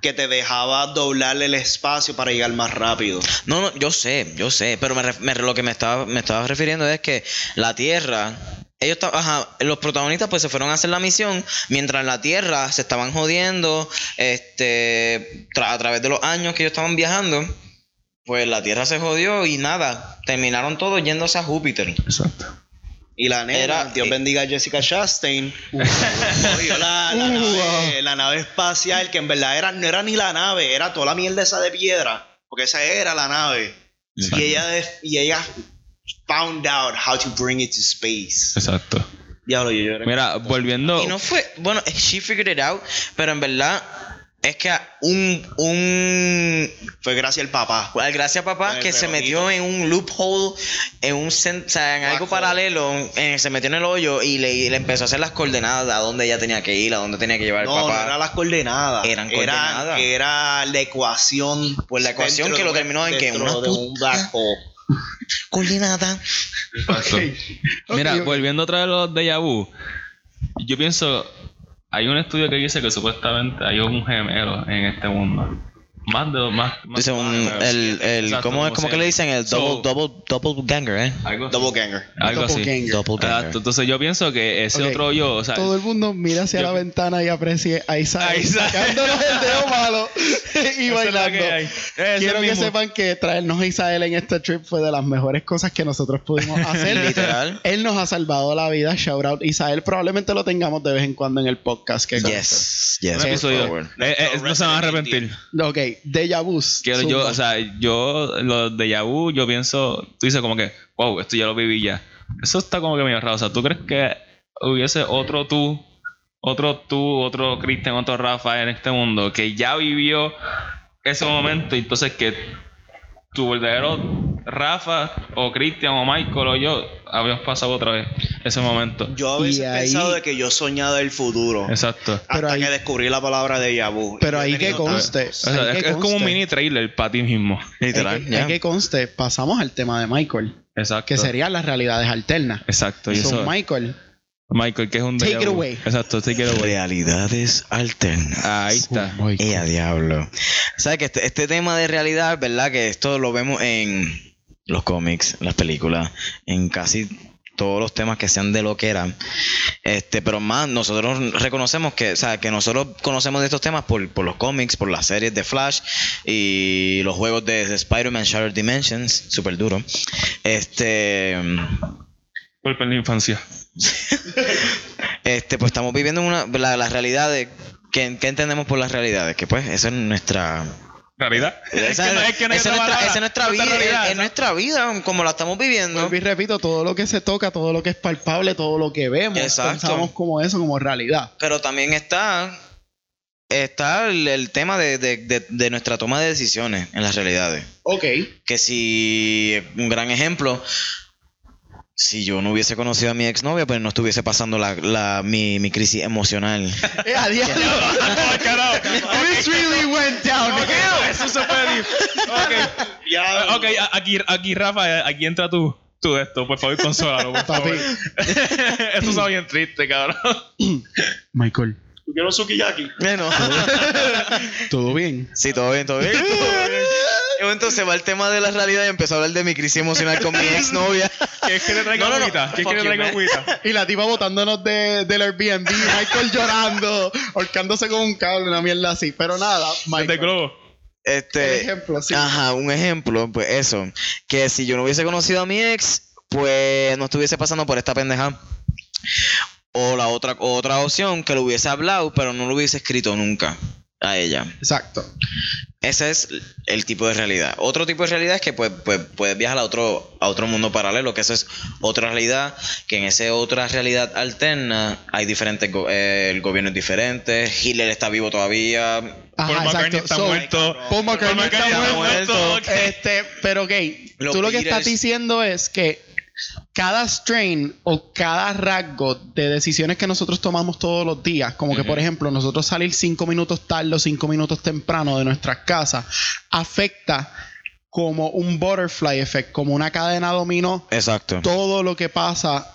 Speaker 5: que te dejaba doblar el espacio para llegar más rápido.
Speaker 4: No, no, yo sé, yo sé, pero me ref- me- lo que me estaba, me estaba refiriendo es que la Tierra, ellos ta- ajá, los protagonistas pues se fueron a hacer la misión, mientras la Tierra se estaban jodiendo, este, tra- a través de los años que ellos estaban viajando, pues la Tierra se jodió y nada, terminaron todos yéndose a Júpiter.
Speaker 3: Exacto.
Speaker 5: Y la nena,
Speaker 4: Era-
Speaker 5: Dios bendiga a Jessica Chastain, cogió la, la
Speaker 1: Uh,
Speaker 5: nave, la nave espacial, que en verdad era, no era ni la nave, era toda la mierda esa de piedra, porque esa era la nave.
Speaker 3: Exacto.
Speaker 5: Y ella, de- y ella found out how to bring it to space.
Speaker 3: Exacto.
Speaker 5: Diablo, yo lloré.
Speaker 3: Mira, volviendo.
Speaker 4: Y no fue, bueno, she figured it out, pero en verdad es que a un, un,
Speaker 5: Fue gracias al papá.
Speaker 4: Pues, gracias papá
Speaker 5: Con el
Speaker 4: que se
Speaker 5: relojito.
Speaker 4: metió en un loophole, en un cen- o sea, en
Speaker 5: Black
Speaker 4: algo
Speaker 5: hole.
Speaker 4: paralelo, en- se metió en el hoyo y le, y le empezó a hacer las coordenadas a dónde ella tenía que ir, a dónde tenía que llevar
Speaker 5: No,
Speaker 4: el
Speaker 5: no eran
Speaker 4: papá.
Speaker 5: las coordenadas.
Speaker 4: Eran
Speaker 5: Era-
Speaker 4: coordenadas.
Speaker 5: Era la ecuación.
Speaker 4: Pues la ecuación
Speaker 5: dentro
Speaker 4: que
Speaker 5: de
Speaker 4: lo
Speaker 5: un-
Speaker 4: terminó en que
Speaker 5: dentro
Speaker 4: una
Speaker 5: de un
Speaker 4: puta-
Speaker 5: black hole.
Speaker 4: Coordenada.
Speaker 3: Exacto.
Speaker 1: Ok,
Speaker 3: Mira,
Speaker 1: ok.
Speaker 3: volviendo otra vez a los de vu, yo pienso, hay un estudio que dice que supuestamente hay un gemelo en este mundo. Más de más, más
Speaker 4: Dice un,
Speaker 3: más-
Speaker 4: el, el,
Speaker 3: Exacto,
Speaker 4: ¿cómo es?
Speaker 3: como
Speaker 4: ¿Cómo que
Speaker 3: sea.
Speaker 4: le dicen? El
Speaker 3: So-
Speaker 4: double, double, double ganger, ¿eh?
Speaker 3: algo así.
Speaker 5: Doppelganger.
Speaker 3: Algo así.
Speaker 1: Doppelganger.
Speaker 4: Doppelganger.
Speaker 3: Exacto, entonces yo pienso que ese
Speaker 1: Ok.
Speaker 3: otro yo, o sea,
Speaker 1: Todo el mundo mira hacia
Speaker 3: Yo-
Speaker 1: la ventana y aprecie a Isaac,
Speaker 3: A Isaac.
Speaker 1: sacándonos el dedo malo y
Speaker 3: esa es la
Speaker 1: bailando.
Speaker 3: que hay. Ese
Speaker 1: Quiero que
Speaker 3: mismo.
Speaker 1: sepan que traernos a Isabel en este trip fue de las mejores cosas que nosotros pudimos hacer.
Speaker 4: Literal.
Speaker 1: Él nos ha salvado la vida. Shout out Isabel. Probablemente lo tengamos de vez en cuando en el podcast. Que
Speaker 4: Yes, yes.
Speaker 3: Un
Speaker 4: por
Speaker 3: episodio.
Speaker 4: favor.
Speaker 3: Eh, eh, no se van a arrepentir.
Speaker 1: Ok, Deja Bus.
Speaker 3: Quiero yo, o sea, yo, los de Yahoo, yo pienso, tú dices como que, wow, esto ya lo viví ya. Eso está como que medio raro. O sea, ¿tú crees que hubiese otro tú, otro tú, otro Christian, otro Rafa en este mundo que ya vivió ese momento y entonces que tu verdadero Rafa o Christian o Michael o yo habíamos pasado otra vez ese momento?
Speaker 5: Yo a veces
Speaker 1: Y
Speaker 5: he
Speaker 1: ahí-
Speaker 5: pensado de que yo soñaba el futuro.
Speaker 3: Exacto.
Speaker 1: Pero
Speaker 5: hasta
Speaker 1: ahí-
Speaker 5: que descubrí la palabra de Yabu.
Speaker 1: Pero ahí que conste.
Speaker 3: O sea,
Speaker 1: ahí
Speaker 3: es,
Speaker 1: que
Speaker 3: es como un
Speaker 1: conste.
Speaker 3: mini trailer para ti mismo.
Speaker 4: Literal.
Speaker 1: Hay que,
Speaker 4: ya.
Speaker 1: hay que conste, pasamos al tema de Michael,
Speaker 3: Exacto.
Speaker 1: que serían las realidades alternas.
Speaker 3: Exacto. y
Speaker 1: So,
Speaker 3: eso-
Speaker 1: Michael,
Speaker 3: Michael, que es un
Speaker 1: Take
Speaker 3: déjà
Speaker 1: it
Speaker 3: vu.
Speaker 1: away.
Speaker 3: Exacto, take it away.
Speaker 4: Realidades alternas.
Speaker 3: Ahí está.
Speaker 1: Oh
Speaker 4: Y Eh, a diablo. ¿Sabes que este, este tema de realidad, ¿verdad? Que esto lo vemos en los cómics, las películas, en casi todos los temas que sean de lo que eran. Este, pero más, nosotros reconocemos que, o sea, que nosotros conocemos de estos temas por, por los cómics, por las series de Flash y los juegos de, de Spider-Man Shattered Dimensions, súper duro. Este.
Speaker 3: Golpe en la infancia.
Speaker 4: este, pues estamos viviendo una, la, las realidades. ¿Qué, ¿Qué entendemos por las realidades? Que pues esa es nuestra
Speaker 3: ¿Realidad?
Speaker 4: Esa
Speaker 3: no-
Speaker 4: es
Speaker 3: hay otra
Speaker 4: esa es nuestra-
Speaker 3: palabra.
Speaker 4: esa es nuestra
Speaker 3: Esa
Speaker 4: vida,
Speaker 3: realidad,
Speaker 4: es- es
Speaker 3: esa-
Speaker 4: nuestra vida, como la estamos viviendo.
Speaker 1: vuelvo y repito, todo lo que se toca, todo lo que es palpable, todo lo que vemos,
Speaker 4: Exacto.
Speaker 1: pensamos como eso, como realidad.
Speaker 4: Pero también está, está el, el tema de, de- de- de nuestra toma de decisiones en las realidades.
Speaker 1: Ok. Eh,
Speaker 4: Que si, un gran ejemplo, si yo no hubiese conocido a mi exnovia, pues no estuviese pasando la, la- mi, mi crisis emocional.
Speaker 1: Eh, a diablo. This really went down.
Speaker 3: Eso se puede ir. Ok,
Speaker 5: Ya,
Speaker 3: Ah, ok, a- aquí, aquí Rafa, eh, aquí entra tú. Tú esto, por favor, consólalo, por
Speaker 1: Papi.
Speaker 3: favor. Esto está bien triste, cabrón.
Speaker 1: Michael,
Speaker 5: Yo quiero sukiyaki.
Speaker 4: Bueno,
Speaker 1: ¿todo bien?
Speaker 4: sí, todo bien, todo bien. Todo bien. momento se va el tema de la realidad y empezó a hablar de mi crisis emocional con mi exnovia.
Speaker 6: ¿Qué es que le traiga
Speaker 4: No, no, no.
Speaker 6: agüita? ¿Qué es que le
Speaker 4: Fuck you,
Speaker 6: traiga
Speaker 4: man.
Speaker 6: agüita?
Speaker 1: Y la tipa botándonos de, del Airbnb, Michael llorando, ahorcándose con un cable, una mierda así. Pero nada,
Speaker 6: De
Speaker 1: Michael.
Speaker 6: globo.
Speaker 4: Este,
Speaker 1: Un ejemplo, sí.
Speaker 4: Ajá, un ejemplo, pues eso. Que si yo no hubiese conocido a mi ex, pues no estuviese pasando por esta pendeja. O la otra, o otra opción, que lo hubiese hablado, pero no lo hubiese escrito nunca a ella.
Speaker 1: Exacto.
Speaker 4: Ese es el tipo de realidad. Otro tipo de realidad es que pues, pues, puedes viajar a otro, a otro mundo paralelo, que eso es otra realidad, que en esa otra realidad alterna hay diferentes, go- eh, el gobierno es diferente, Hitler está vivo todavía.
Speaker 1: Ajá,
Speaker 6: Paul McCartney
Speaker 1: exacto.
Speaker 6: está
Speaker 1: So,
Speaker 6: muerto.
Speaker 1: Paul McCartney
Speaker 6: Paul
Speaker 1: está
Speaker 6: McCartney
Speaker 4: muerto.
Speaker 6: ok.
Speaker 1: Este, pero gay,
Speaker 4: Los
Speaker 1: tú lo que
Speaker 4: Beatles.
Speaker 1: estás diciendo es que cada strain o cada rasgo de decisiones que nosotros tomamos todos los días, como que por ejemplo nosotros salir cinco minutos tarde o cinco minutos temprano de nuestras casas, afecta como un butterfly effect, como una cadena dominó
Speaker 4: Exacto.
Speaker 1: todo lo que pasa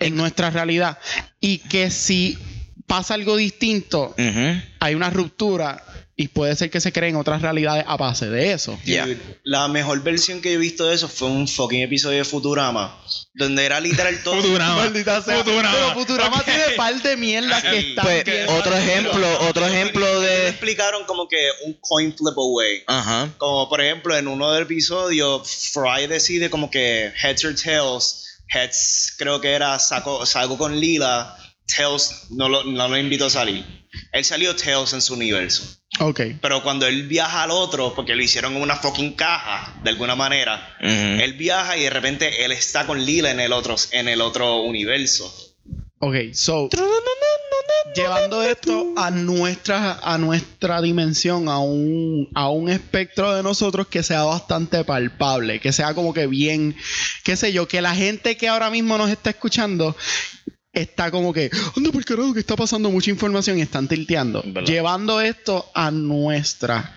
Speaker 1: en nuestra realidad y que si pasa algo distinto
Speaker 4: Ujú.
Speaker 1: hay una ruptura y puede ser que se creen otras realidades a base de eso.
Speaker 4: Ya.
Speaker 5: Dude, La mejor versión que yo he visto de eso fue un fucking episodio de Futurama, donde era literal todo.
Speaker 6: Futurama.
Speaker 1: Maldita sea.
Speaker 6: Futurama.
Speaker 1: Pero Futurama
Speaker 6: Ok.
Speaker 1: tiene par de mierdas que
Speaker 5: Sí.
Speaker 1: están
Speaker 4: Pues,
Speaker 1: bien-
Speaker 4: otro ejemplo, otro ejemplo
Speaker 5: Me
Speaker 4: de...
Speaker 5: explicaron como que un coin flip away.
Speaker 4: Ajá.
Speaker 5: Como por ejemplo en uno del episodio, Fry decide como que heads or tails. Heads creo que era saco, salgo con Lila, tails no lo, no lo invito a salir. Él salió tails en su universo.
Speaker 1: Ok.
Speaker 5: Pero cuando él viaja al otro, porque lo hicieron en una fucking caja, de alguna manera,
Speaker 4: Ujú.
Speaker 5: él viaja y de repente él está con Lila en el otro, en el otro universo.
Speaker 1: Ok, so llevando esto a nuestra a nuestra dimensión, a un a un espectro de nosotros que sea bastante palpable, que sea como que bien, qué sé yo, que la gente que ahora mismo nos está escuchando está como que, anda por carajo que está pasando mucha información y están tilteando,
Speaker 4: ¿Verdad?
Speaker 1: llevando esto a nuestra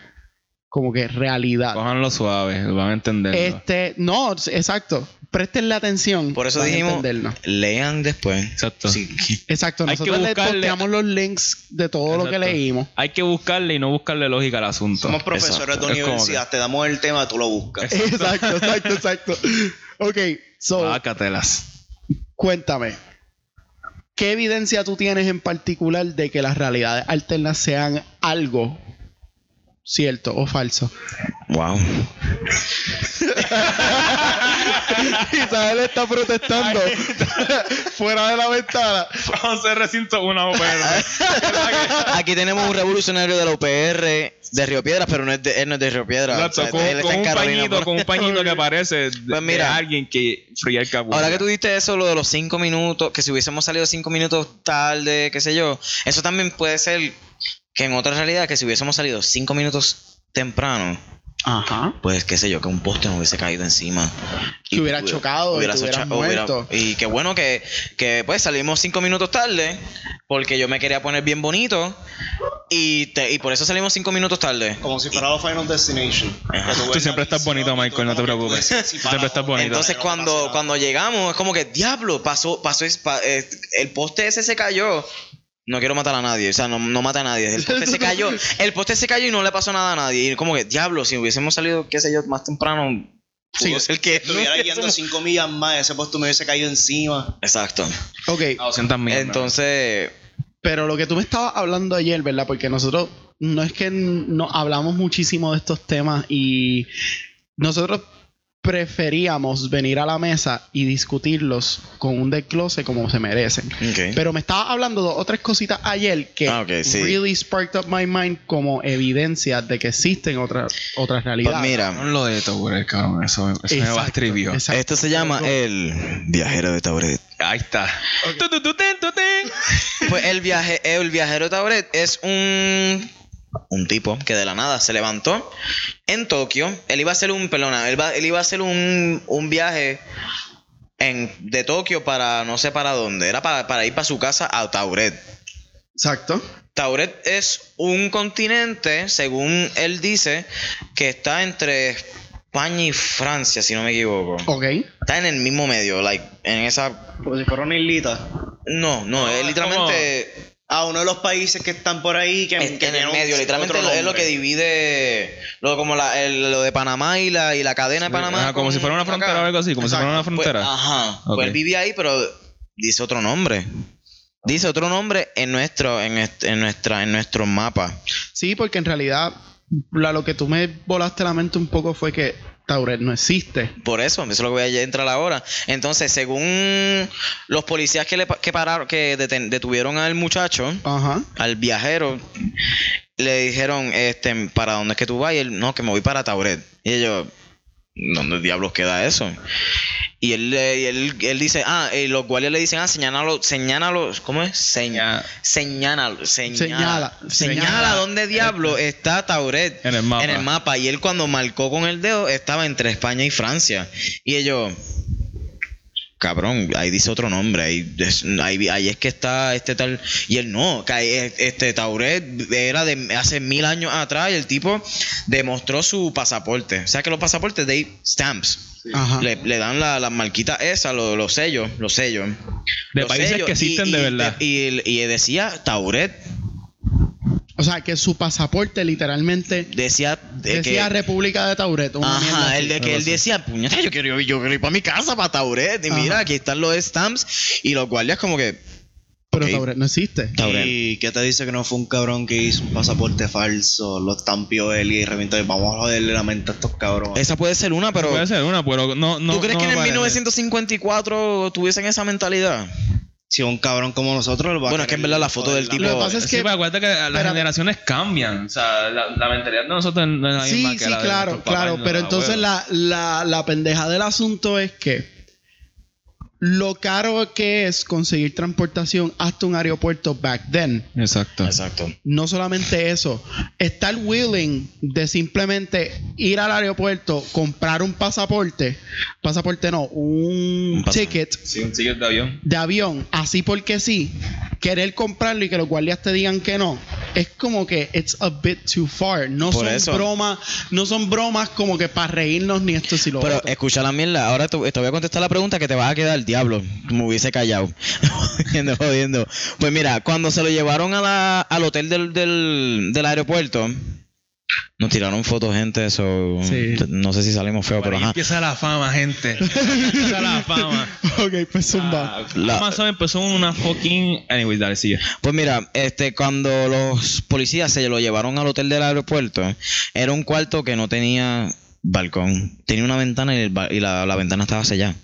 Speaker 1: como que realidad.
Speaker 3: Cójanlo suave, van a entenderlo.
Speaker 1: Este, no, s- exacto. Prestenle atención.
Speaker 4: Por eso
Speaker 1: para
Speaker 4: dijimos-
Speaker 1: entendernos.
Speaker 4: Lean después.
Speaker 3: Exacto.
Speaker 4: Sí.
Speaker 1: Exacto,
Speaker 3: Hay que
Speaker 1: nosotros le
Speaker 3: buscarle-
Speaker 1: posteamos los links de todo lo que
Speaker 3: Exacto.
Speaker 1: leímos.
Speaker 3: Hay que buscarle y no buscarle lógica al asunto.
Speaker 5: Somos profesores
Speaker 3: Exacto.
Speaker 5: de
Speaker 3: Es como
Speaker 5: universidad, te damos el tema, tú lo buscas.
Speaker 1: Exacto, exacto, exacto. Ok,
Speaker 3: que,
Speaker 1: so,
Speaker 3: Bácatelas.
Speaker 1: cuéntame. ¿Qué evidencia tú tienes en particular de que las realidades alternas sean algo cierto o falso?
Speaker 4: Wow.
Speaker 1: Isabel está protestando fuera de la ventana.
Speaker 6: Once recinto, una OPR.
Speaker 4: Aquí tenemos un revolucionario de la UPR de Río Piedras, pero no es de, él no es de Río Piedras.
Speaker 3: Exacto,
Speaker 4: O sea,
Speaker 3: con,
Speaker 4: él está
Speaker 3: con
Speaker 4: en
Speaker 3: un
Speaker 4: Carolina,
Speaker 3: pañito,
Speaker 4: pero-
Speaker 3: con un pañito que aparece de,
Speaker 4: Pues mira.
Speaker 3: de alguien que fría el capullo.
Speaker 4: Ahora que tú diste eso, lo de los cinco minutos, que si hubiésemos salido cinco minutos tarde, qué sé yo, eso también puede ser que en otra realidad, que si hubiésemos salido cinco minutos temprano,
Speaker 1: Ajá.
Speaker 4: pues qué sé yo, que un poste nos hubiese caído encima.
Speaker 1: Te hubiera chocado y te hubieras
Speaker 4: choca- hubiera-
Speaker 1: muerto.
Speaker 4: y qué bueno que, que, pues salimos cinco minutos tarde, porque yo me quería poner bien bonito, y, te- y por eso salimos cinco minutos tarde.
Speaker 5: Como si fuera la Final Destination.
Speaker 4: Ajá.
Speaker 5: Que ves
Speaker 3: Tú siempre
Speaker 5: la
Speaker 3: estás
Speaker 5: visión,
Speaker 3: bonito, Michael, no te
Speaker 5: como que tú
Speaker 3: preocupes.
Speaker 5: decides si
Speaker 3: Tú
Speaker 5: para
Speaker 3: siempre estás
Speaker 5: o-
Speaker 3: bonito.
Speaker 4: Entonces
Speaker 5: no pasa
Speaker 4: cuando,
Speaker 5: nada.
Speaker 4: cuando llegamos es como que, diablo, pasó, pasó, es- pa- eh, el poste ese se cayó. No quiero matar a nadie, o sea, no, no mata a nadie. El poste se cayó, el poste se cayó y no le pasó nada a nadie. Y como que, diablo, si hubiésemos salido, qué sé yo, más temprano,
Speaker 1: Sí,
Speaker 4: pudo ser que...
Speaker 5: Estuviera yendo 5 millas más, ese puesto me hubiese caído encima.
Speaker 4: Exacto.
Speaker 1: Ok,
Speaker 3: A 200 mil.
Speaker 4: Entonces,
Speaker 1: Pero lo que tú me estabas hablando ayer, ¿verdad? Porque nosotros no es que n- no hablamos muchísimo de estos temas y nosotros preferíamos venir a la mesa y discutirlos con un desglose como se merecen.
Speaker 4: ok.
Speaker 1: Pero me estabas hablando de otras cositas ayer que
Speaker 4: Ah, ok, sí.
Speaker 1: really sparked up my mind como evidencia de que existen otras otras
Speaker 4: Pues
Speaker 1: realidades.
Speaker 4: mira,
Speaker 3: Ponlo de Tower, cabrón. Eso, eso me
Speaker 1: Exacto,
Speaker 3: va estribio.
Speaker 1: exacto.
Speaker 4: esto se llama el viajero de Tauret.
Speaker 3: Ahí está.
Speaker 4: Ah,
Speaker 3: Tu, tu, tu, ten, tu, ten.
Speaker 4: Pues el, viaje, el viajero Tauret es un, un tipo que de la nada se levantó en Tokio. Él iba a hacer un, perdona, él, va- él iba a hacer un, un viaje en, de Tokio para no sé para dónde. Era para, para ir para su casa a Tauret.
Speaker 1: Exacto.
Speaker 4: Tauret es un continente, según él dice, que está entre España y Francia, si no me equivoco.
Speaker 1: Ok.
Speaker 4: Está en el mismo medio, like, en esa
Speaker 5: Como si fuera una islita.
Speaker 4: no, no, es eh, literalmente
Speaker 5: a uno de los países que están por ahí que,
Speaker 4: en,
Speaker 5: que
Speaker 4: en
Speaker 5: tiene
Speaker 4: el
Speaker 5: un-
Speaker 4: medio, literalmente
Speaker 5: otro
Speaker 4: lo- es lo que
Speaker 5: nombre.
Speaker 4: divide lo, como la- el- lo de Panamá y la, y la cadena de Panamá.
Speaker 3: Ajá, como
Speaker 4: con-
Speaker 3: si fuera una
Speaker 4: acá.
Speaker 3: frontera o algo así, como si fuera una
Speaker 4: Pues,
Speaker 3: frontera.
Speaker 4: ajá.
Speaker 3: Ok.
Speaker 4: Pues él vivía ahí, pero dice otro nombre. Dice otro nombre en nuestro, en, est- en nuestra, en nuestro mapa.
Speaker 1: Sí, porque en realidad la- lo que tú me volaste la mente un poco fue que Tauret no existe.
Speaker 4: Por eso, eso es lo que voy a entrar ahora. Entonces, según los policías que le pa- que pararon, que deten- detuvieron al muchacho,
Speaker 1: Ajá.
Speaker 4: al viajero, le dijeron, este, ¿para dónde es que tú vas? Y él, no, que me voy para Tauret. Y ellos, ¿dónde diablos queda eso? Y él, le- y él, él dice, ah, y los guardias le dicen, ah, señálalo, señálalo, ¿cómo es? Seña,
Speaker 3: Ya.
Speaker 4: señálalo, señala,
Speaker 1: Señala,
Speaker 4: señala,
Speaker 1: señala.
Speaker 4: dónde diablo está Tauret
Speaker 3: En el mapa.
Speaker 4: en el mapa. Y él cuando marcó con el dedo estaba entre España y Francia. Y ellos, cabrón, ahí dice otro nombre, ahí es, ahí, ahí es que está este tal, y él no, que ahí es- este Tauret era de hace mil años atrás y el tipo demostró su pasaporte, o sea que los pasaportes de ahí, stamps,
Speaker 1: Ajá.
Speaker 4: le, le dan la, la marquita esa, lo- los, sellos, los sellos.
Speaker 3: De
Speaker 4: Los
Speaker 3: países
Speaker 4: sellos,
Speaker 3: que existen
Speaker 4: y-
Speaker 3: de
Speaker 4: y-
Speaker 3: verdad.
Speaker 4: Y, y decía Tauret,
Speaker 1: O sea, que su pasaporte literalmente
Speaker 4: decía... de
Speaker 1: decía
Speaker 4: que-
Speaker 1: República de Tauret. una mierda
Speaker 4: Ajá,
Speaker 1: así.
Speaker 4: el de que él decía, puñeta, yo quiero, yo quiero ir para mi casa, para Tauret. Y
Speaker 1: Ajá.
Speaker 4: mira, aquí están los stamps. Y los guardias como que,
Speaker 1: Pero
Speaker 4: ok.
Speaker 1: Tauret no existe.
Speaker 4: Tauret.
Speaker 5: ¿Y qué te dice que no fue un cabrón que hizo un pasaporte falso? Lo estampió él y reventó. y Vamos a joderle la mente a estos cabrones.
Speaker 4: Esa puede ser una, pero.
Speaker 3: Puede ser una, pero no. no
Speaker 4: ¿Tú crees
Speaker 3: no
Speaker 4: que
Speaker 3: me
Speaker 4: en el
Speaker 3: parece.
Speaker 4: 1954 tuviesen esa mentalidad?
Speaker 5: Si un cabrón como nosotros lo va a
Speaker 4: Bueno, es que en
Speaker 5: querer
Speaker 4: verdad la foto
Speaker 5: joder
Speaker 4: del
Speaker 5: la
Speaker 4: tipo-
Speaker 1: Lo que
Speaker 4: Tipo,
Speaker 1: pasa es
Speaker 3: sí,
Speaker 1: que
Speaker 3: pero acuérdate que las
Speaker 1: espérate.
Speaker 3: generaciones cambian. O sea, la, la mentalidad de nosotros no es la misma
Speaker 1: Sí,
Speaker 3: que
Speaker 1: sí,
Speaker 3: la de
Speaker 1: claro,
Speaker 3: nuestros papás y
Speaker 1: claro.
Speaker 3: nuestros
Speaker 1: Pero entonces
Speaker 3: abuelos.
Speaker 1: la, la, la pendeja del asunto es que lo caro que es conseguir transportación hasta un aeropuerto back then.
Speaker 3: Exacto.
Speaker 4: Exacto.
Speaker 1: No solamente eso, estar willing de simplemente ir al aeropuerto, comprar un pasaporte, pasaporte no, un,
Speaker 4: Un pasa-
Speaker 1: ticket
Speaker 3: Sí, un ticket de avión.
Speaker 1: de avión, así porque sí, querer comprarlo y que los guardias te digan que no, es como que it's a bit too far. No
Speaker 4: Por
Speaker 1: son
Speaker 4: eso.
Speaker 1: bromas, no son bromas como que para reírnos ni esto si lo
Speaker 4: Pero
Speaker 1: otro.
Speaker 4: escucha la mierda. Ahora te, te voy a contestar la pregunta que te vas a quedar el diablo. Me hubiese callado. jodiendo, jodiendo. Pues mira, cuando se lo llevaron a la- al hotel del, del, del aeropuerto, nos tiraron fotos, gente. Eso.
Speaker 1: Sí.
Speaker 4: No sé si salimos feo,
Speaker 3: Por ahí
Speaker 4: pero ajá.
Speaker 3: empieza la fama, gente. empieza la fama.
Speaker 1: Ok, pues zumba.
Speaker 3: Ah,
Speaker 4: La-
Speaker 3: Amazon empezó una Pues fucking. Anyways, dale, sigue.
Speaker 4: Pues mira, este, cuando los policías se lo llevaron al hotel del aeropuerto, era un cuarto que no tenía balcón. Tenía una ventana y, el ba- y la, la ventana estaba sellada.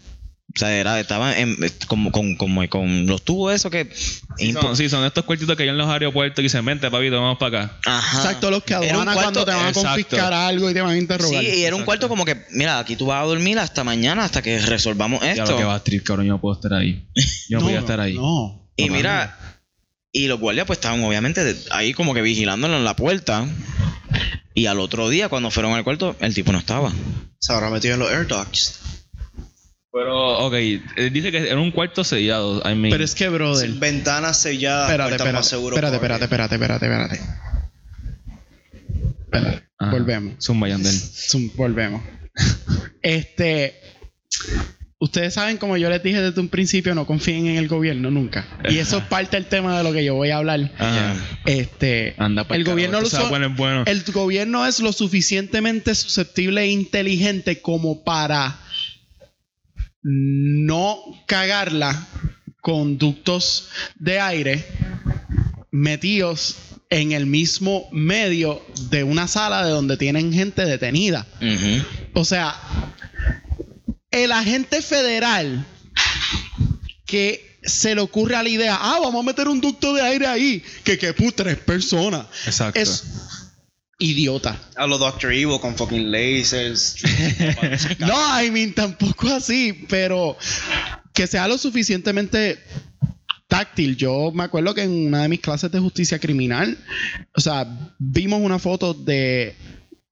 Speaker 4: O sea, era, estaba en- como, con, como con los tubos esos que...
Speaker 3: Sí son, sí, son estos cuartitos que hay en los aeropuertos que se mmente, papito, vamos para acá.
Speaker 4: Ajá.
Speaker 1: Exacto, los que
Speaker 4: Era un
Speaker 1: aduana cuando
Speaker 4: cuarto-
Speaker 1: te van a
Speaker 3: exacto.
Speaker 1: confiscar algo y te van a interrogar.
Speaker 4: Sí, y era un
Speaker 3: Exacto.
Speaker 4: cuarto como que, mira, aquí tú vas a dormir hasta mañana, hasta que resolvamos
Speaker 3: Ya lo que va
Speaker 4: esto.
Speaker 3: a trip, cabrón, yo no puedo estar ahí. Yo no, podía estar ahí.
Speaker 1: No.
Speaker 4: Y mira, y los guardias pues estaban obviamente de- ahí como que vigilándolo en la puerta. Y al otro día, cuando fueron al cuarto, el tipo no estaba.
Speaker 5: Se habrá metido en los air ducts.
Speaker 3: Pero, ok, eh, dice que era un cuarto sellado. I mean,
Speaker 1: Pero es que, brother.
Speaker 5: Ventanas selladas.
Speaker 1: espérate,
Speaker 5: puertas
Speaker 1: espérate,
Speaker 5: más seguro
Speaker 1: espérate,
Speaker 5: por-
Speaker 1: espérate, espérate, espérate, espérate. Espérate,
Speaker 4: Ah.
Speaker 3: Ajá.
Speaker 1: volvemos.
Speaker 3: Zumba, Yandel.
Speaker 1: Zum- Volvemos. Este. Ustedes saben, como yo les dije desde un principio, no confíen en el gobierno nunca. Y eso es parte del tema de lo que yo voy a hablar.
Speaker 3: Ajá.
Speaker 1: Este.
Speaker 3: Anda para
Speaker 1: el gobierno lo so-
Speaker 3: bueno, bueno.
Speaker 1: el gobierno es lo suficientemente susceptible e inteligente como para no cagarla con ductos de aire metidos en el mismo medio de una sala de donde tienen gente detenida.
Speaker 4: Ujú.
Speaker 1: O sea, el agente federal que se le ocurre a la idea, ah, vamos a meter un ducto de aire ahí, que que pu- tres personas.
Speaker 3: Exacto.
Speaker 1: Es idiota.
Speaker 5: A los Doctor Evil con fucking lasers.
Speaker 1: No, I mean, tampoco así, pero que sea lo suficientemente táctil. Yo me acuerdo que en una de mis clases de justicia criminal, o sea, vimos una foto de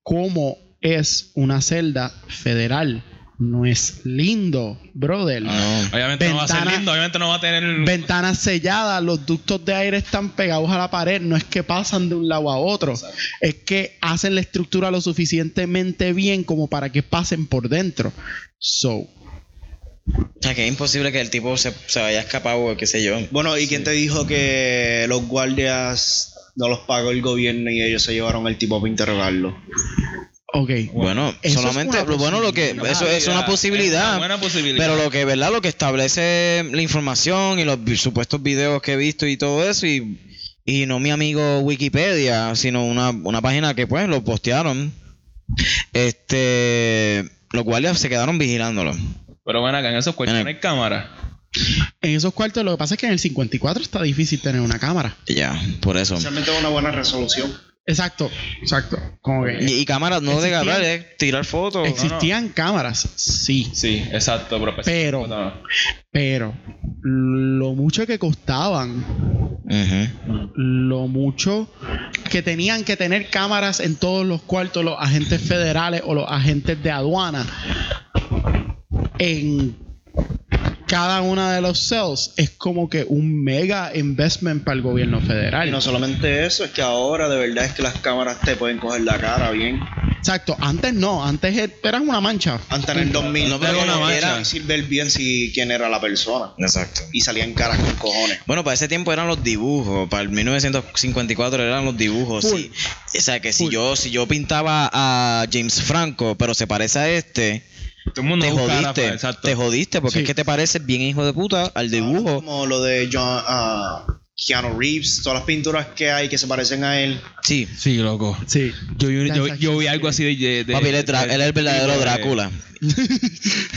Speaker 1: cómo es una celda federal. No es lindo, brother.
Speaker 4: Ah, no.
Speaker 3: Obviamente no va a
Speaker 1: Ventana-
Speaker 3: ser lindo, obviamente no va a tener.
Speaker 1: Ventanas selladas, los ductos de aire están pegados a la pared, no es que pasan de un lado a otro, es que hacen la estructura lo suficientemente bien como para que pasen por dentro. So,
Speaker 4: Es que es imposible que el tipo se, se vaya a escapar o qué sé yo.
Speaker 5: Bueno, ¿y quién te dijo que los guardias no los pagó el gobierno y ellos se llevaron al tipo para interrogarlo?
Speaker 1: Ok.
Speaker 4: Bueno,
Speaker 1: Eso es
Speaker 4: solamente
Speaker 1: una
Speaker 4: lo bueno lo que
Speaker 1: Ah,
Speaker 4: eso es una
Speaker 6: Es
Speaker 4: posibilidad,
Speaker 6: una buena posibilidad.
Speaker 4: pero lo que verdad lo que establece la información y los vi- supuestos videos que he visto y todo eso y, y no mi amigo Wikipedia, sino una, una página que pues lo postearon. Este, los guardias se quedaron vigilándolo.
Speaker 6: Pero bueno, acá en esos cuartos
Speaker 4: En
Speaker 6: no hay cámara.
Speaker 1: En esos cuartos lo que pasa es que en el 54 está difícil tener una cámara.
Speaker 4: Y Ya, por eso.
Speaker 5: Realmente es una buena resolución.
Speaker 1: Exacto, exacto. Como que
Speaker 4: Y, y cámaras no de
Speaker 1: Existían-
Speaker 4: grabar, es tirar fotos.
Speaker 1: existían cámaras, sí,
Speaker 6: Sí, exacto,
Speaker 3: pues
Speaker 6: pero...
Speaker 1: Pero-
Speaker 6: No.
Speaker 1: pero lo mucho que costaban,
Speaker 4: Ujú.
Speaker 1: lo mucho que tenían que tener cámaras en todos los cuartos los agentes federales o los agentes de aduana en cada una de los cells es como que un mega investment para el gobierno federal.
Speaker 5: Y no solamente eso, es que ahora de verdad es que las cámaras te pueden coger la cara bien.
Speaker 1: Exacto, antes no, antes e-, eran una mancha.
Speaker 5: Antes en el 2000
Speaker 4: No, pero
Speaker 5: era-
Speaker 4: una mancha.
Speaker 5: era difícil ver bien si quién era la persona.
Speaker 4: Exacto.
Speaker 5: Y salían caras con cojones.
Speaker 4: Bueno, para ese tiempo eran los dibujos, para el 1954 eran los dibujos.
Speaker 1: Full.
Speaker 4: sí. O sea, que si
Speaker 1: Full.
Speaker 4: yo si yo pintaba a James Franco, pero se parece a este,
Speaker 6: Todo el mundo
Speaker 4: te
Speaker 6: busca a Rafa,
Speaker 4: jodiste,
Speaker 6: exacto.
Speaker 4: te jodiste porque
Speaker 1: Sí.
Speaker 4: es que te pareces bien hijo de puta al dibujo.
Speaker 5: Como lo de John, ah, Keanu Reeves, todas las pinturas que hay que se parecen a él.
Speaker 4: Sí.
Speaker 6: Sí, loco.
Speaker 1: Sí.
Speaker 6: Yo, vi- yo, yo vi algo así de... de, de-
Speaker 4: Papi, él es, Drá-
Speaker 6: de-
Speaker 4: él es el verdadero
Speaker 6: de-
Speaker 4: Drácula.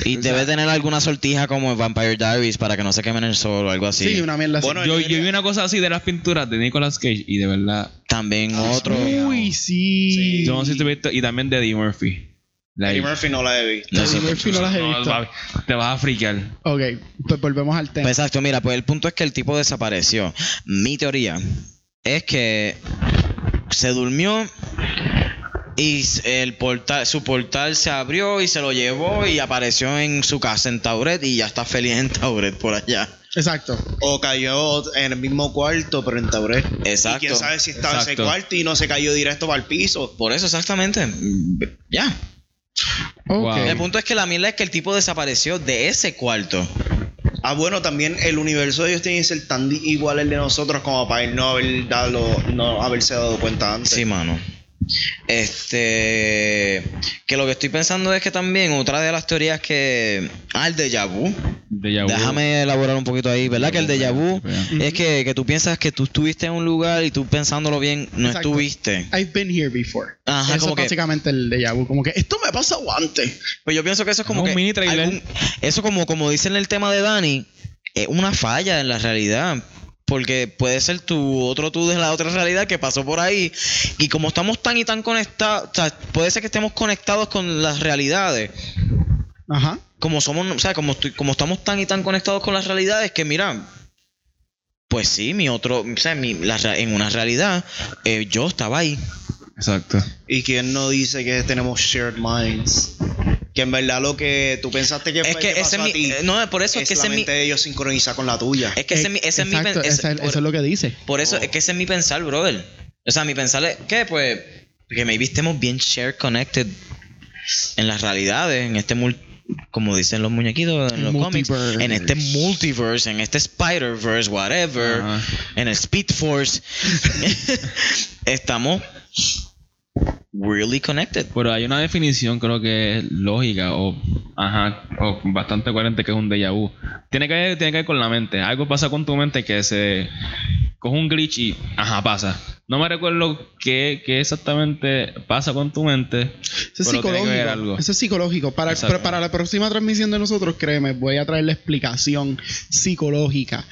Speaker 4: y debe tener alguna sortija como en Vampire Diaries para que no se quemen el sol o algo así.
Speaker 1: Sí, una mierda así.
Speaker 5: Bueno,
Speaker 6: Yo, yo vi una cosa así de las pinturas de Nicolas Cage y de verdad...
Speaker 4: También otro.
Speaker 1: Uy, sí.
Speaker 6: Yo no sé si te viste- y también de Eddie Murphy. La-
Speaker 5: Eddie Murphy no la he visto.
Speaker 4: No
Speaker 1: Eddie
Speaker 4: sé.
Speaker 1: Murphy no las he
Speaker 6: No,
Speaker 1: visto.
Speaker 6: papi, te vas a friquear.
Speaker 1: Ok, pues volvemos al tema.
Speaker 4: Pues Exacto, mira, pues el punto es que el tipo desapareció. Mi teoría es que se durmió y s- el portal, su portal se abrió y se lo llevó y apareció en su casa en Tauret y ya está feliz en Tauret por allá.
Speaker 1: Exacto.
Speaker 5: O cayó en el mismo cuarto, pero en Tauret.
Speaker 4: Exacto.
Speaker 5: Y quién sabe si estaba en ese
Speaker 6: Exacto.
Speaker 5: cuarto y no se cayó directo para el piso.
Speaker 4: Por eso exactamente. Mm, Ya.
Speaker 1: Ok.
Speaker 6: Wow.
Speaker 4: El punto es que la mierda es que el tipo desapareció de ese cuarto.
Speaker 5: Ah, bueno, también el universo de ellos tiene que ser tan di- igual al de nosotros como para él no, haber dado, no haberse dado cuenta antes.
Speaker 4: Sí, mano. Este. Que lo que estoy pensando es que también otra de las teorías que. Ah, el déjà vu.
Speaker 6: Déjà vu.
Speaker 4: Déjame elaborar un poquito ahí, ¿verdad? Que el déjà vu
Speaker 6: Espera.
Speaker 4: es que, que tú piensas que tú estuviste en un lugar y tú pensándolo bien no
Speaker 1: Exacto.
Speaker 4: estuviste.
Speaker 1: I've been here before.
Speaker 4: Ajá,
Speaker 1: Eso
Speaker 4: como
Speaker 1: es
Speaker 4: que-
Speaker 1: básicamente el déjà vu. Como que esto me ha pasado antes.
Speaker 4: Pues yo pienso que eso es como
Speaker 6: Un
Speaker 4: que
Speaker 6: mini trailer.
Speaker 4: eso como como dicen en el tema de Dani, es una falla en la realidad. Porque puede ser tu otro tú de la otra realidad que pasó por ahí. Y como estamos tan y tan conectados, o sea, puede ser que estemos conectados con las realidades.
Speaker 1: Ajá.
Speaker 4: como somos, o sea, como, estoy- como estamos tan y tan conectados con las realidades que mira, pues sí, mi otro, o sea, mi- la ra- en una realidad, eh, yo estaba ahí.
Speaker 6: Exacto.
Speaker 5: ¿Y quién no dice que tenemos shared minds? Que en verdad lo que tú pensaste que
Speaker 4: Es
Speaker 5: fue
Speaker 4: que
Speaker 5: que
Speaker 4: ese es
Speaker 5: pasó a
Speaker 4: mi,
Speaker 5: ti
Speaker 4: eh, no, por eso
Speaker 5: es
Speaker 4: es que
Speaker 5: la
Speaker 4: ese es mi,
Speaker 5: mente de ellos sincronizada con la tuya.
Speaker 4: es que ese es mi, ese es mi, pen-
Speaker 1: Exacto,
Speaker 4: ese-
Speaker 1: esa-
Speaker 4: por,
Speaker 1: eso es lo que dice.
Speaker 4: por eso es que ese es mi pensar, brother. O sea, mi pensar es que pues que maybe estemos bien share connected en las realidades, en este mul- como dicen los muñequitos en
Speaker 1: El
Speaker 4: los cómics,
Speaker 1: multiverse.
Speaker 4: en este multiverse, en este Spider-Verse, whatever,
Speaker 6: Ajá.
Speaker 4: en el Speed Force, estamos really connected.
Speaker 6: Pero hay una definición, creo que es lógica o, ajá, o bastante coherente, que es un déjà vu. Tiene que, ver, tiene que ver con la mente. Algo pasa con tu mente que se coge un glitch y, ajá, pasa. No me recuerdo qué, qué exactamente pasa con tu mente.
Speaker 1: Eso es
Speaker 6: pero tiene que ver algo.
Speaker 1: psicológico. Eso es psicológico. Para,
Speaker 6: Exacto.
Speaker 1: pero para la próxima transmisión de nosotros, créeme, voy a traer la explicación psicológica.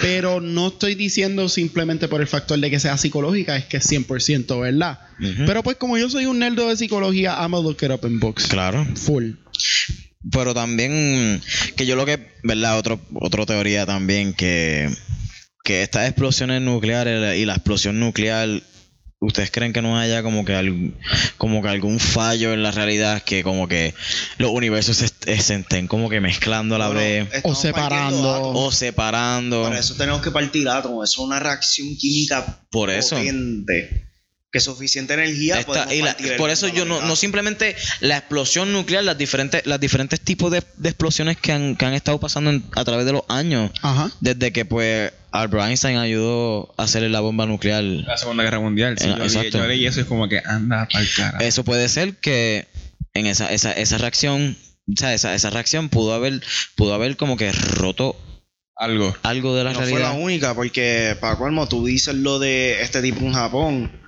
Speaker 1: Pero no estoy diciendo simplemente por el factor de que sea psicológica, es que es 100% verdad.
Speaker 4: Ujú.
Speaker 1: Pero pues como yo soy un nerdo de psicología, I'm a look it up in books.
Speaker 4: Claro.
Speaker 1: Full.
Speaker 4: Pero también, que yo lo que, ¿verdad? Otro, otra teoría también, que, que estas explosiones nucleares la- y la explosión nuclear, ¿ustedes creen que no haya como que, algún, como que algún fallo en la realidad? Que como que los universos se, est- se estén como que mezclando a la
Speaker 5: Bueno,
Speaker 4: vez
Speaker 5: estamos
Speaker 1: O separando.
Speaker 5: partiendo átomos.
Speaker 4: o separando.
Speaker 5: Para eso tenemos que partir átomos. Eso es una reacción química
Speaker 4: Por eso.
Speaker 5: potente. que suficiente energía
Speaker 4: Esta-
Speaker 5: podemos
Speaker 4: y la-
Speaker 5: partir el
Speaker 4: por eso
Speaker 5: mundo a
Speaker 4: yo
Speaker 5: la
Speaker 4: no,
Speaker 5: mitad.
Speaker 4: no simplemente la explosión nuclear, las diferentes, las diferentes tipos de, de explosiones que han, que han estado pasando en- a través de los años,
Speaker 1: Ajá.
Speaker 4: desde que pues Albert Einstein ayudó a hacer la bomba nuclear.
Speaker 6: La Segunda Guerra Mundial. sí,
Speaker 4: Eh,
Speaker 6: yo, leí,
Speaker 4: exacto.
Speaker 6: yo leí eso y es como que anda para el cara.
Speaker 1: Eh,
Speaker 4: Eso puede ser que en esa, esa, esa reacción, o sea, esa, esa reacción pudo haber, pudo haber como que roto
Speaker 6: Algo.
Speaker 4: algo de la
Speaker 5: No fue
Speaker 4: realidad.
Speaker 5: la única, porque para colmo, tú dices lo de este tipo en Japón.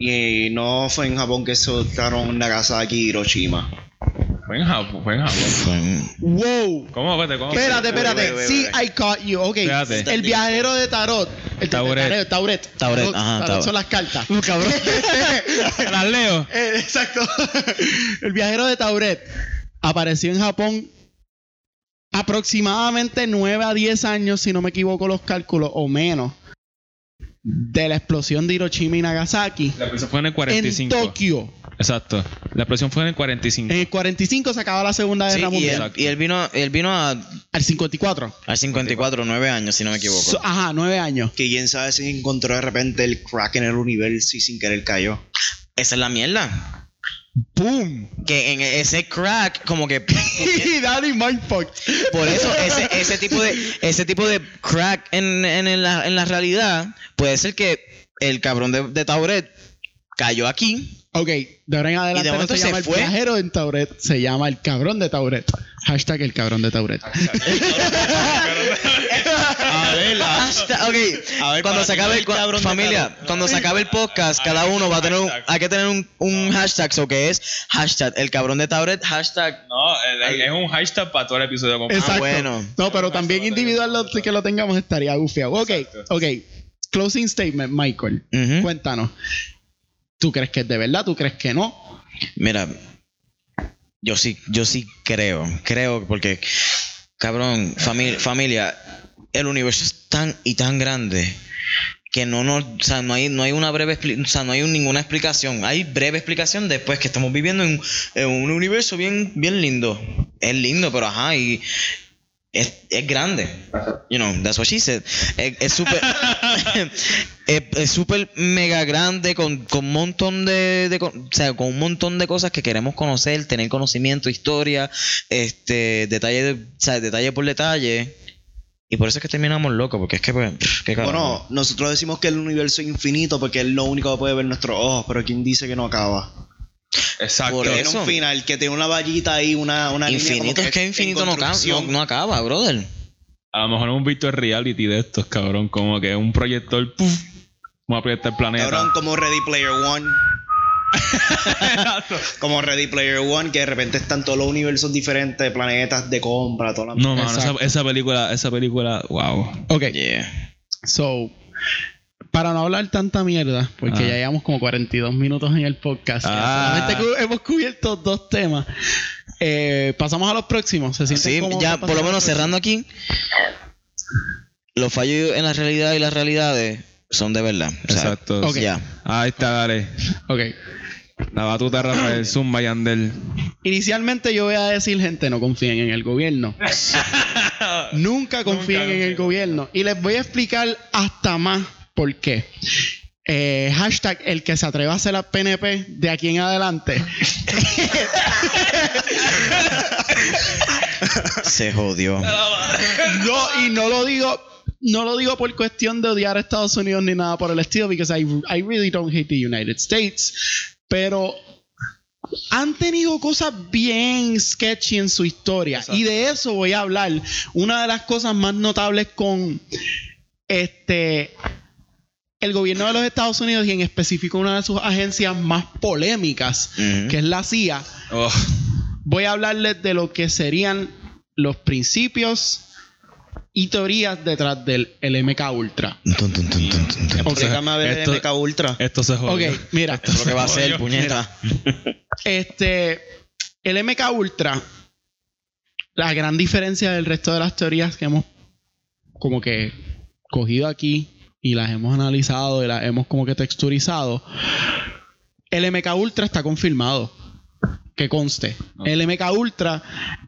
Speaker 5: Y no fue en Japón que soltaron Nagasaki y Hiroshima.
Speaker 6: Fue en Japón. Fue en Japón.
Speaker 4: Fue-
Speaker 1: Wow.
Speaker 6: ¿Cómo? Espérate, ¿cómo?
Speaker 1: Espérate,
Speaker 5: Wait, wait,
Speaker 1: espérate.
Speaker 5: wait,
Speaker 1: Sí, I
Speaker 5: wait.
Speaker 1: caught you. Ok.
Speaker 6: Espérate.
Speaker 1: El viajero de Tarot. El
Speaker 6: Tauret.
Speaker 1: Tauret. Tauret.
Speaker 4: Tauret,
Speaker 1: Tarot-
Speaker 4: ajá,
Speaker 1: tarot
Speaker 4: Tauret. Uh,
Speaker 1: Son las cartas.
Speaker 4: cabrón.
Speaker 6: Las leo.
Speaker 1: Eh, exacto. El viajero de Tauret apareció en Japón aproximadamente 9 a 10 años, si no me equivoco los cálculos, o menos, de la explosión de Hiroshima y Nagasaki
Speaker 6: La explosión fue en el
Speaker 1: en
Speaker 6: 45.
Speaker 1: Tokio.
Speaker 6: Exacto. La explosión fue en el 45.
Speaker 1: En el 45 se acabó la Segunda
Speaker 4: Sí,
Speaker 1: Guerra
Speaker 4: y,
Speaker 1: Mundial.
Speaker 4: él, y él vino, él vino a,
Speaker 1: Al 54.
Speaker 4: al 54, 9 años, si no me equivoco.
Speaker 1: So- ah. ajá, 9 años.
Speaker 5: Que quién sabe si encontró de repente el crack en el universo y sin querer cayó.
Speaker 4: Esa es la mierda.
Speaker 1: ¡Boom!
Speaker 4: Que en ese crack, como que
Speaker 1: Daddy Mindfuck.
Speaker 4: Por eso ese, ese tipo de ese tipo de crack en, en- en la, en la realidad puede ser que el cabrón de, de Tauret cayó aquí.
Speaker 1: Ok, de ahora en adelante no
Speaker 4: momento
Speaker 1: se
Speaker 4: se
Speaker 1: llama
Speaker 4: fue.
Speaker 1: el viajero de Tauret, se llama el cabrón de Tauret. Hashtag el cabrón de Tauret.
Speaker 6: A ver, a-
Speaker 4: Hasta, ok,
Speaker 6: A ver,
Speaker 4: cuando
Speaker 6: para
Speaker 4: se
Speaker 6: ti,
Speaker 4: acabe
Speaker 6: el
Speaker 4: el, cua-
Speaker 6: cabrón de Ah,
Speaker 4: familia, cuando se acabe el podcast, cada uno va a tener un, hay que tener un, un hashtag, o que es hashtag el cabrón de Tauret, hashtag
Speaker 6: no, el- el- es un hashtag para todo el episodio completo.
Speaker 1: Exacto.
Speaker 4: bueno.
Speaker 1: No, pero también individual lo- que lo tengamos estaría gufiado. Ok,
Speaker 6: Exacto.
Speaker 1: ok. Closing statement, Michael.
Speaker 4: Ujú.
Speaker 1: Cuéntanos. ¿Tú crees que es de verdad? ¿Tú crees que no?
Speaker 4: Mira, yo sí, yo sí creo, creo porque, cabrón, familia, familia, el universo es tan y tan grande que no nos, o sea, no hay, no hay una breve, expli- o sea, no hay un- ninguna explicación. Hay breve explicación después que estamos viviendo en, en un universo bien, bien lindo. Es lindo, pero ajá, y es, es grande. You know, that's what she said. Es es súper. es es súper mega grande con, con un montón de, de co- o sea, con un montón de cosas que queremos conocer, tener conocimiento, historia, este, detalle, de- o sea, detalle por detalle. Y por eso es que terminamos locos, porque es que pues, pff, qué carajo.
Speaker 5: Bueno, nosotros decimos que el universo es infinito porque es lo único que puede ver nuestros ojos, pero ¿quién dice que no acaba?
Speaker 6: Exacto.
Speaker 4: Por
Speaker 5: Tiene
Speaker 4: eso.
Speaker 5: un final que tiene una vallita ahí, una, una línea como
Speaker 4: infinito es que
Speaker 5: en
Speaker 4: infinito no, acaba- no,
Speaker 5: construcción.
Speaker 4: no acaba, brother.
Speaker 6: A lo mejor un Victor Reality de estos, cabrón. Como que un proyector. ¡puf! Vamos a proyectar el planeta.
Speaker 5: Cabrón, como Ready Player One. como Ready Player One, que de repente están todos los universos diferentes, planetas de compra, toda la
Speaker 6: No, mano, esa,
Speaker 1: Exacto.
Speaker 6: esa película, esa película, wow.
Speaker 1: Ok,
Speaker 4: Yeah.
Speaker 1: so. Para no hablar tanta mierda, porque
Speaker 6: Ah.
Speaker 1: ya llevamos como 42 minutos en el podcast. ya
Speaker 6: Ah.
Speaker 1: Solamente cu- hemos cubierto dos temas. Eh, pasamos a los próximos. ¿Se sienten
Speaker 4: Sí,
Speaker 1: cómodos
Speaker 4: ya
Speaker 1: para
Speaker 4: por lo
Speaker 1: pasar a
Speaker 4: menos
Speaker 1: los próximos?
Speaker 4: cerrando aquí, los fallos en la realidad y las realidades son de verdad. o sea,
Speaker 6: Exacto.
Speaker 1: ok.
Speaker 4: Ya.
Speaker 6: Ahí está, dale.
Speaker 1: Ok.
Speaker 6: La batuta Rafael Zumba Yandel.
Speaker 1: Inicialmente yo voy a decir, gente, no confíen en el gobierno. Nunca confíen en el gobierno. Y les voy a explicar hasta más por qué. Eh, hashtag el que se atreva a hacer la PNP de aquí en adelante.
Speaker 4: Se jodió.
Speaker 1: No, y no lo digo, no lo digo por cuestión de odiar a Estados Unidos ni nada por el estilo, because I, I really don't hate the United States. Pero han tenido cosas bien sketchy en su historia. Y de eso voy a hablar. Una de las cosas más notables con este el gobierno de los Estados Unidos y en específico una de sus agencias más polémicas,
Speaker 4: Ujú.
Speaker 1: que es la CIA
Speaker 6: Oh,
Speaker 1: voy a hablarles de lo que serían los principios y teorías detrás del LMK Ultra.
Speaker 4: Tun, tun, tun, tun, tun, tun.
Speaker 5: Explícame a ver
Speaker 6: Esto-
Speaker 5: MK Ultra.
Speaker 6: esto se
Speaker 1: Ok,
Speaker 6: jodió.
Speaker 1: mira,
Speaker 4: Lo que va a ser, puñeta.
Speaker 1: este, el MK Ultra, la gran diferencia del resto de las teorías que hemos como que cogido aquí y las hemos analizado y las hemos como que texturizado, el MK Ultra está confirmado. Que conste. El MK Ultra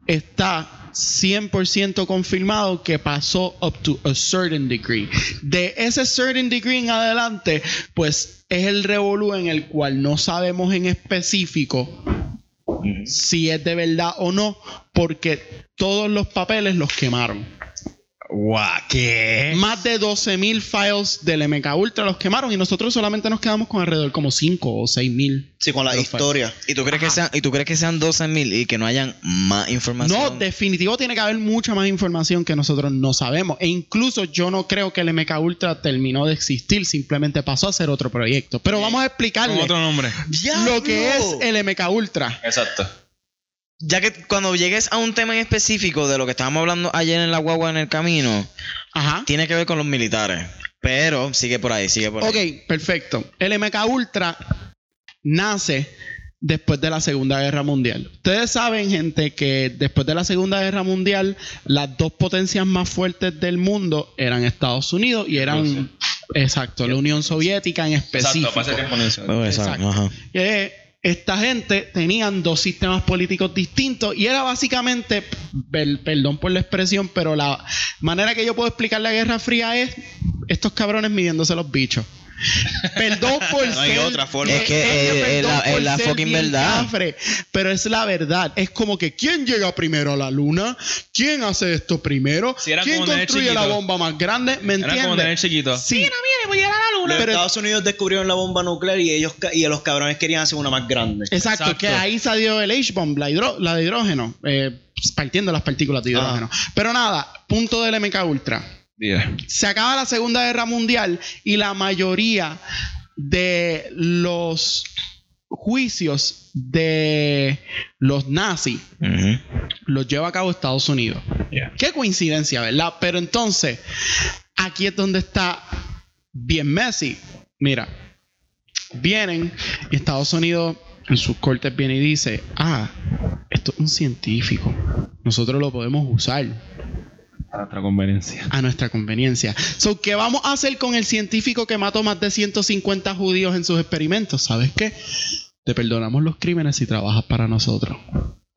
Speaker 1: está 100% confirmado que pasó up to a certain degree. De ese certain degree en adelante, pues es el revolú en el cual no sabemos en específico si es de verdad o no, porque todos los papeles los quemaron.
Speaker 6: Guau, ¿qué?
Speaker 1: Más de 12.000 files del MK Ultra los quemaron y nosotros solamente nos quedamos con alrededor como 5 o 6.000.
Speaker 5: Sí, con la
Speaker 1: Pero fue-
Speaker 5: historia.
Speaker 4: ¿Y tú crees que sean, y tú crees que sean 12 mil y que no hayan más información?
Speaker 1: No, definitivo tiene que haber mucha más información que nosotros no sabemos. E incluso yo no creo que el MK Ultra terminó de existir, simplemente pasó a ser otro proyecto. Pero vamos
Speaker 6: Con
Speaker 1: a explicarle
Speaker 6: otro nombre.
Speaker 1: lo que es
Speaker 4: ¡Diablo!
Speaker 1: el MK Ultra.
Speaker 3: Exacto.
Speaker 4: Ya que cuando llegues a un tema en específico de lo que estábamos hablando ayer en la guagua en el camino,
Speaker 1: Ajá.
Speaker 4: tiene que ver con los militares. Pero sigue por ahí, sigue por
Speaker 1: Ok,
Speaker 4: ahí.
Speaker 1: perfecto. El MK Ultra nace después de la Segunda Guerra Mundial. Ustedes saben, gente, que después de la Segunda Guerra Mundial, las dos potencias más fuertes del mundo eran Estados Unidos y eran,
Speaker 3: Rusia.
Speaker 1: exacto, la Unión Soviética en específico.
Speaker 3: Exacto, pasa tiempo en eso.
Speaker 4: Bueno, esa-
Speaker 1: Exacto.
Speaker 4: ajá.
Speaker 1: que esta gente tenían dos sistemas políticos distintos y era básicamente, per- perdón por la expresión, pero la manera que yo puedo explicar la Guerra Fría es estos cabrones midiéndose los bichos. Perdón por
Speaker 5: No hay
Speaker 1: ser,
Speaker 5: otra forma.
Speaker 4: Es que, eh, es
Speaker 1: perdón
Speaker 4: la- es
Speaker 1: por
Speaker 4: la
Speaker 1: ser
Speaker 4: fucking
Speaker 1: bien
Speaker 4: verdad.
Speaker 1: cafre, pero es la verdad. Es como que quién llega primero a la luna, quién hace esto primero,
Speaker 6: Si era
Speaker 1: quién
Speaker 6: como tener
Speaker 1: construye la
Speaker 6: chiquito.
Speaker 1: bomba más grande, ¿me
Speaker 6: Era como tener
Speaker 1: entiendes?
Speaker 6: chiquito.
Speaker 1: Sí.
Speaker 4: pues
Speaker 1: a la
Speaker 5: Los
Speaker 1: luna.
Speaker 5: Estados Unidos descubrieron la bomba nuclear y ellos ca- y los cabrones querían hacer una más grande.
Speaker 1: Exacto,
Speaker 6: Exacto.
Speaker 1: que ahí salió el H-bomb, la, hidro- la de hidrógeno, eh, partiendo las partículas de hidrógeno. Pero nada, punto del MK Ultra.
Speaker 6: Día.
Speaker 1: Se acaba la Segunda Guerra Mundial y la mayoría de los juicios de los nazis
Speaker 4: Ujú.
Speaker 1: los lleva a cabo Estados Unidos.
Speaker 3: Yeah.
Speaker 1: Qué coincidencia, ¿verdad? Pero entonces, aquí es donde está bien Messi. Mira, vienen y Estados Unidos en sus cortes viene y dice, ah, esto es un científico. Nosotros lo podemos usar
Speaker 6: A nuestra conveniencia.
Speaker 1: a nuestra conveniencia. So, ¿Qué vamos a hacer con el científico que mató más de 150 judíos en sus experimentos? ¿Sabes qué? Te perdonamos los crímenes si trabajas para nosotros.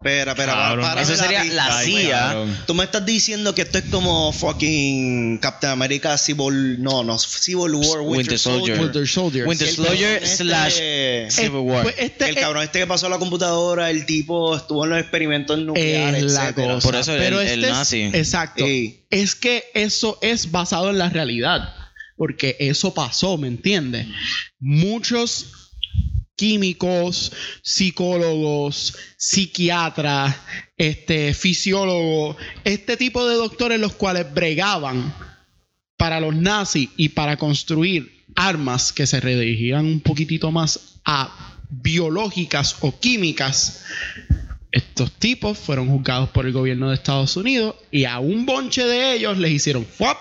Speaker 5: Espera, espera, para-
Speaker 6: Cabrón.
Speaker 5: para
Speaker 4: Eso
Speaker 5: de
Speaker 4: sería
Speaker 5: pista.
Speaker 4: la
Speaker 5: Ay,
Speaker 4: CIA.
Speaker 5: cabrón. Tú me estás diciendo que esto es como fucking Captain America Civil... No, no, Civil War Winter,
Speaker 4: Winter Soldier.
Speaker 5: Soldier.
Speaker 1: Winter Soldiers.
Speaker 4: Winter
Speaker 5: El
Speaker 4: Soldier
Speaker 5: cabrón este-
Speaker 4: slash-
Speaker 1: Eh,
Speaker 4: Civil War.
Speaker 1: pues, este
Speaker 5: el
Speaker 1: es-
Speaker 5: cabrón este que pasó a la computadora, el tipo estuvo en los experimentos nucleares,
Speaker 1: Es la
Speaker 5: etcétera.
Speaker 1: cosa. este
Speaker 4: Por eso el- el
Speaker 1: es-
Speaker 4: nazi.
Speaker 1: exacto.
Speaker 5: Sí.
Speaker 1: Es que eso es basado en la realidad. Porque eso pasó, ¿me entiendes? Muchos químicos, psicólogos, psiquiatras, este, fisiólogos, este tipo de doctores los cuales bregaban para los nazis y para construir armas que se redirigían un poquitito más a biológicas o químicas, estos tipos fueron juzgados por el gobierno de Estados Unidos y a un bonche de ellos les hicieron ¡fuap!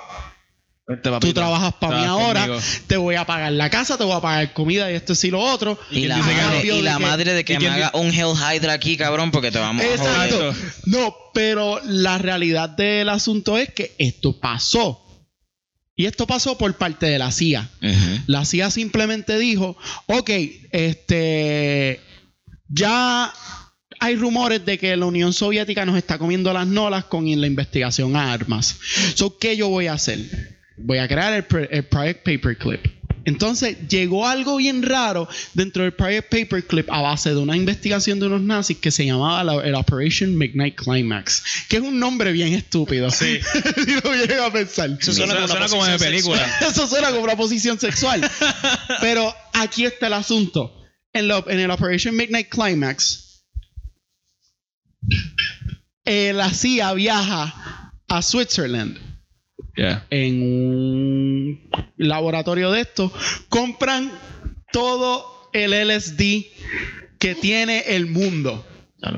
Speaker 6: Vente,
Speaker 1: Tú
Speaker 6: papito.
Speaker 1: trabajas para mí
Speaker 6: Trabajas
Speaker 1: ahora,
Speaker 6: conmigo.
Speaker 1: te voy a pagar la casa, te voy a pagar comida y esto y lo otro.
Speaker 4: Y la,
Speaker 1: A
Speaker 4: madre,
Speaker 1: cambio
Speaker 4: y la
Speaker 1: que-
Speaker 4: madre de que
Speaker 6: y
Speaker 4: me
Speaker 6: quién
Speaker 4: haga un Hell Hydra aquí, cabrón, porque te vamos a joder.
Speaker 1: Exacto. No, pero la realidad del asunto es que esto pasó. Y esto pasó por parte de la CIA.
Speaker 4: Ujú.
Speaker 1: La CIA simplemente dijo, ok, este, ya hay rumores de que la Unión Soviética nos está comiendo las nolas con la investigación a armas. So, ¿qué yo voy a hacer? Voy a crear el, pr- el Project Paperclip. Entonces llegó algo bien raro dentro del Project Paperclip a base de una investigación de unos nazis que se llamaba la- el Operation Midnight Climax, que es un nombre bien estúpido. Sí. si lo llego a pensar.
Speaker 5: Eso
Speaker 6: Suena,
Speaker 5: una
Speaker 6: suena como de
Speaker 5: posición
Speaker 6: película.
Speaker 1: Eso suena como una posición sexual. Pero aquí está el asunto. En, lo- en el Operation Midnight Climax, eh, la CIA viaja a Switzerland
Speaker 6: Yeah.
Speaker 1: en un laboratorio de estos. Compran todo el LSD que tiene el mundo.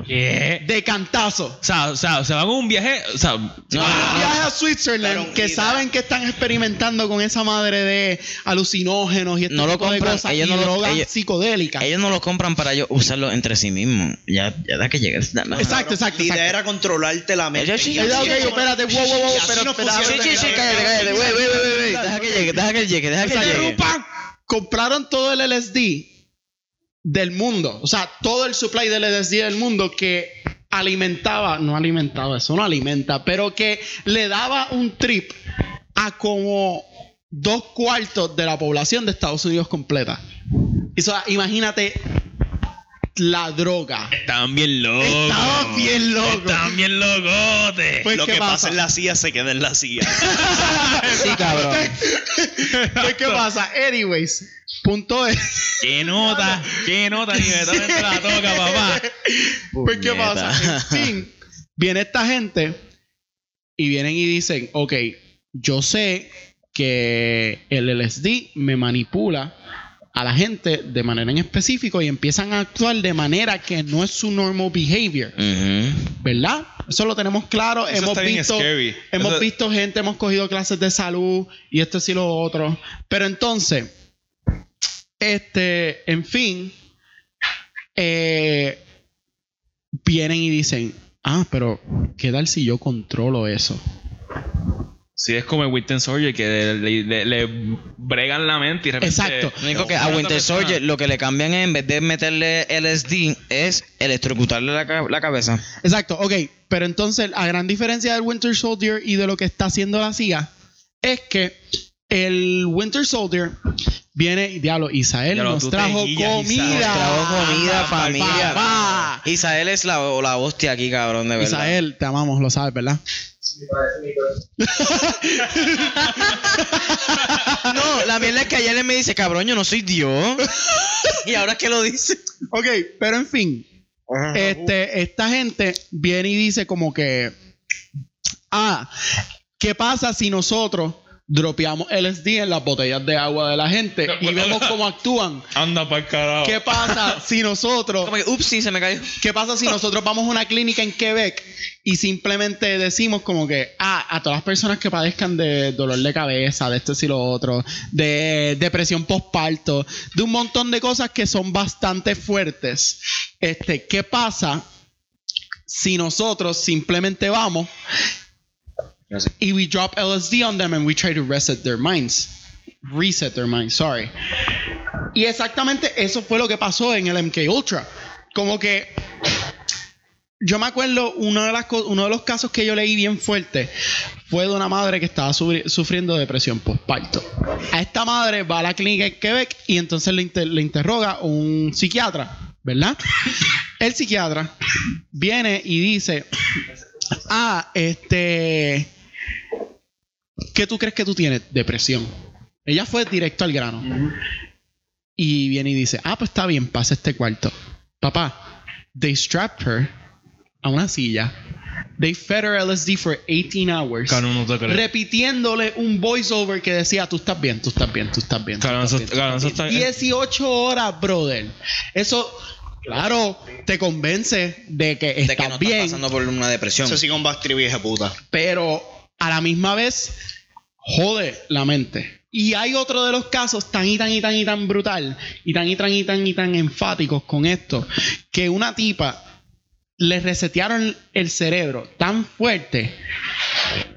Speaker 6: ¿Qué?
Speaker 1: De cantazo.
Speaker 6: O sea, o sea, se van a un viaje. O sea,
Speaker 1: viaje a Switzerland
Speaker 5: Claro,
Speaker 1: que
Speaker 5: mira.
Speaker 1: saben que están experimentando con esa madre de alucinógenos y este
Speaker 4: No lo
Speaker 1: tipo de
Speaker 4: compran,
Speaker 1: cosas
Speaker 4: ellos
Speaker 1: y
Speaker 4: no lo-
Speaker 1: drogas
Speaker 4: ellos-
Speaker 1: psicodélicas.
Speaker 4: Ellos no los compran para ellos usarlos entre sí mismos. Ya, ya da que llegue.
Speaker 1: Exacto. exacto,
Speaker 5: La idea
Speaker 1: exacto.
Speaker 5: era controlarte la mente.
Speaker 4: Ella sí,
Speaker 5: Y
Speaker 1: Ella,
Speaker 5: así
Speaker 1: ok,
Speaker 5: no-
Speaker 1: espérate, wow, wow, wow,
Speaker 5: y así
Speaker 1: pero
Speaker 5: no
Speaker 1: espérate,
Speaker 5: funciona.
Speaker 1: sí, sí, cállate, cállate,
Speaker 4: güey, güey, güey, güey. Deja que llegue, deja que llegue, deja que llegue.
Speaker 1: ¡Interrumpan! Compraron todo el LSD del mundo, o sea, todo el supply del LSD del mundo que alimentaba, no alimentaba, eso no alimenta, pero que le daba un trip a como dos cuartos de la población de Estados Unidos completa. Y, o sea, imagínate la droga.
Speaker 6: Estaban bien locos.
Speaker 1: Estaban bien locos.
Speaker 6: Estaban bien locotes.
Speaker 1: Pues,
Speaker 5: Lo
Speaker 1: ¿qué
Speaker 5: que
Speaker 1: pasa?
Speaker 5: pasa en la CIA se queda en la CIA.
Speaker 7: Sí, cabrón.
Speaker 1: Pues, ¿Qué pasa? Anyways, punto es.
Speaker 6: ¿Qué nota? ¿Qué nota? Ni me toca la toca, papá.
Speaker 1: Pues, ¿qué
Speaker 7: Puñeta.
Speaker 1: pasa? En fin, viene esta gente y vienen y dicen, ok, yo sé que el LSD me manipula a la gente de manera en específico y empiezan a actuar de manera que no es su normal behavior, ¿verdad? Eso lo tenemos claro,
Speaker 3: Eso
Speaker 1: hemos
Speaker 3: está bien
Speaker 1: visto
Speaker 3: scary.
Speaker 1: hemos
Speaker 3: Eso-
Speaker 1: visto gente, hemos cogido clases de salud y esto y lo otro. Pero entonces, este, en fin, eh, vienen y dicen, ah, pero ¿qué tal si yo controlo eso?
Speaker 6: Sí, es como el Winter Soldier que le, le- le bregan la mente y de repente...
Speaker 1: Exacto.
Speaker 4: Lo único que
Speaker 6: Una
Speaker 4: a
Speaker 6: otra
Speaker 4: Winter
Speaker 6: persona.
Speaker 4: Soldier lo que le cambian es, en vez de meterle LSD, es electrocutarle la, ca- la cabeza.
Speaker 1: Exacto, ok. Pero entonces, a gran diferencia del Winter Soldier y de lo que está haciendo la CIA, es que el Winter Soldier viene y diablo, Israel
Speaker 6: Diablo, tú
Speaker 1: nos
Speaker 6: te
Speaker 1: trajo
Speaker 6: guillas, Israel.
Speaker 1: comida.
Speaker 4: Nos trajo comida,
Speaker 1: Papá,
Speaker 4: familia.
Speaker 1: papá.
Speaker 4: Israel es la, la hostia aquí, cabrón, de verdad.
Speaker 1: Isael, te amamos, lo sabes, ¿verdad?
Speaker 4: No, la mierda es que ayer él me dice, cabrón, yo no soy Dios. y ahora es que lo dice.
Speaker 1: Ok, pero en fin, este, esta gente viene y dice como que, ah, ¿qué pasa si nosotros dropeamos LSD en las botellas de agua de la gente y vemos cómo actúan?
Speaker 3: Anda para carajo.
Speaker 1: ¿Qué pasa si nosotros
Speaker 4: Como que, upsi, se me cayó.
Speaker 1: ¿Qué pasa si nosotros vamos a una clínica en Quebec y simplemente decimos como que, ah, a todas las personas que padezcan de dolor de cabeza, de esto y lo otro, de depresión postparto, de un montón de cosas que son bastante fuertes, este, ¿qué pasa si nosotros simplemente vamos y we drop LSD on them and we try to reset their minds? Reset their minds, sorry. Y exactamente eso fue lo que pasó en el MK Ultra. Como que yo me acuerdo una de las co- uno de los casos que yo leí bien fuerte fue de una madre que estaba sufri- sufriendo depresión postparto. A esta madre va a la clínica en Quebec y entonces le, inter- le interroga un psiquiatra, ¿verdad? El psiquiatra viene y dice, ah, este, ¿qué tú crees que tú tienes? Depresión. Ella fue directo al grano. Y viene y dice, ah, pues está bien, pasa este cuarto. Papá, they strapped her a una silla. They fed her LSD for 18 hours.
Speaker 6: Cabrón, no te crees.
Speaker 1: repitiéndole un voiceover que decía, tú estás bien, tú estás bien, tú estás bien. tú
Speaker 6: Cabrón,
Speaker 1: estás
Speaker 6: eso-
Speaker 1: bien, tú
Speaker 6: cabrón, eso
Speaker 1: estás
Speaker 3: eh.
Speaker 6: está...
Speaker 1: bien". 18 horas, brother. Eso, claro, te convence de que estás
Speaker 4: De que no está
Speaker 1: bien,
Speaker 4: pasando por una depresión.
Speaker 5: Eso sí con Bactri vieja puta.
Speaker 1: pero a la misma vez jode la mente. Y hay otro de los casos tan y tan y tan y tan brutal y tan y tan y tan y tan enfáticos con esto, que una tipa le resetearon el cerebro tan fuerte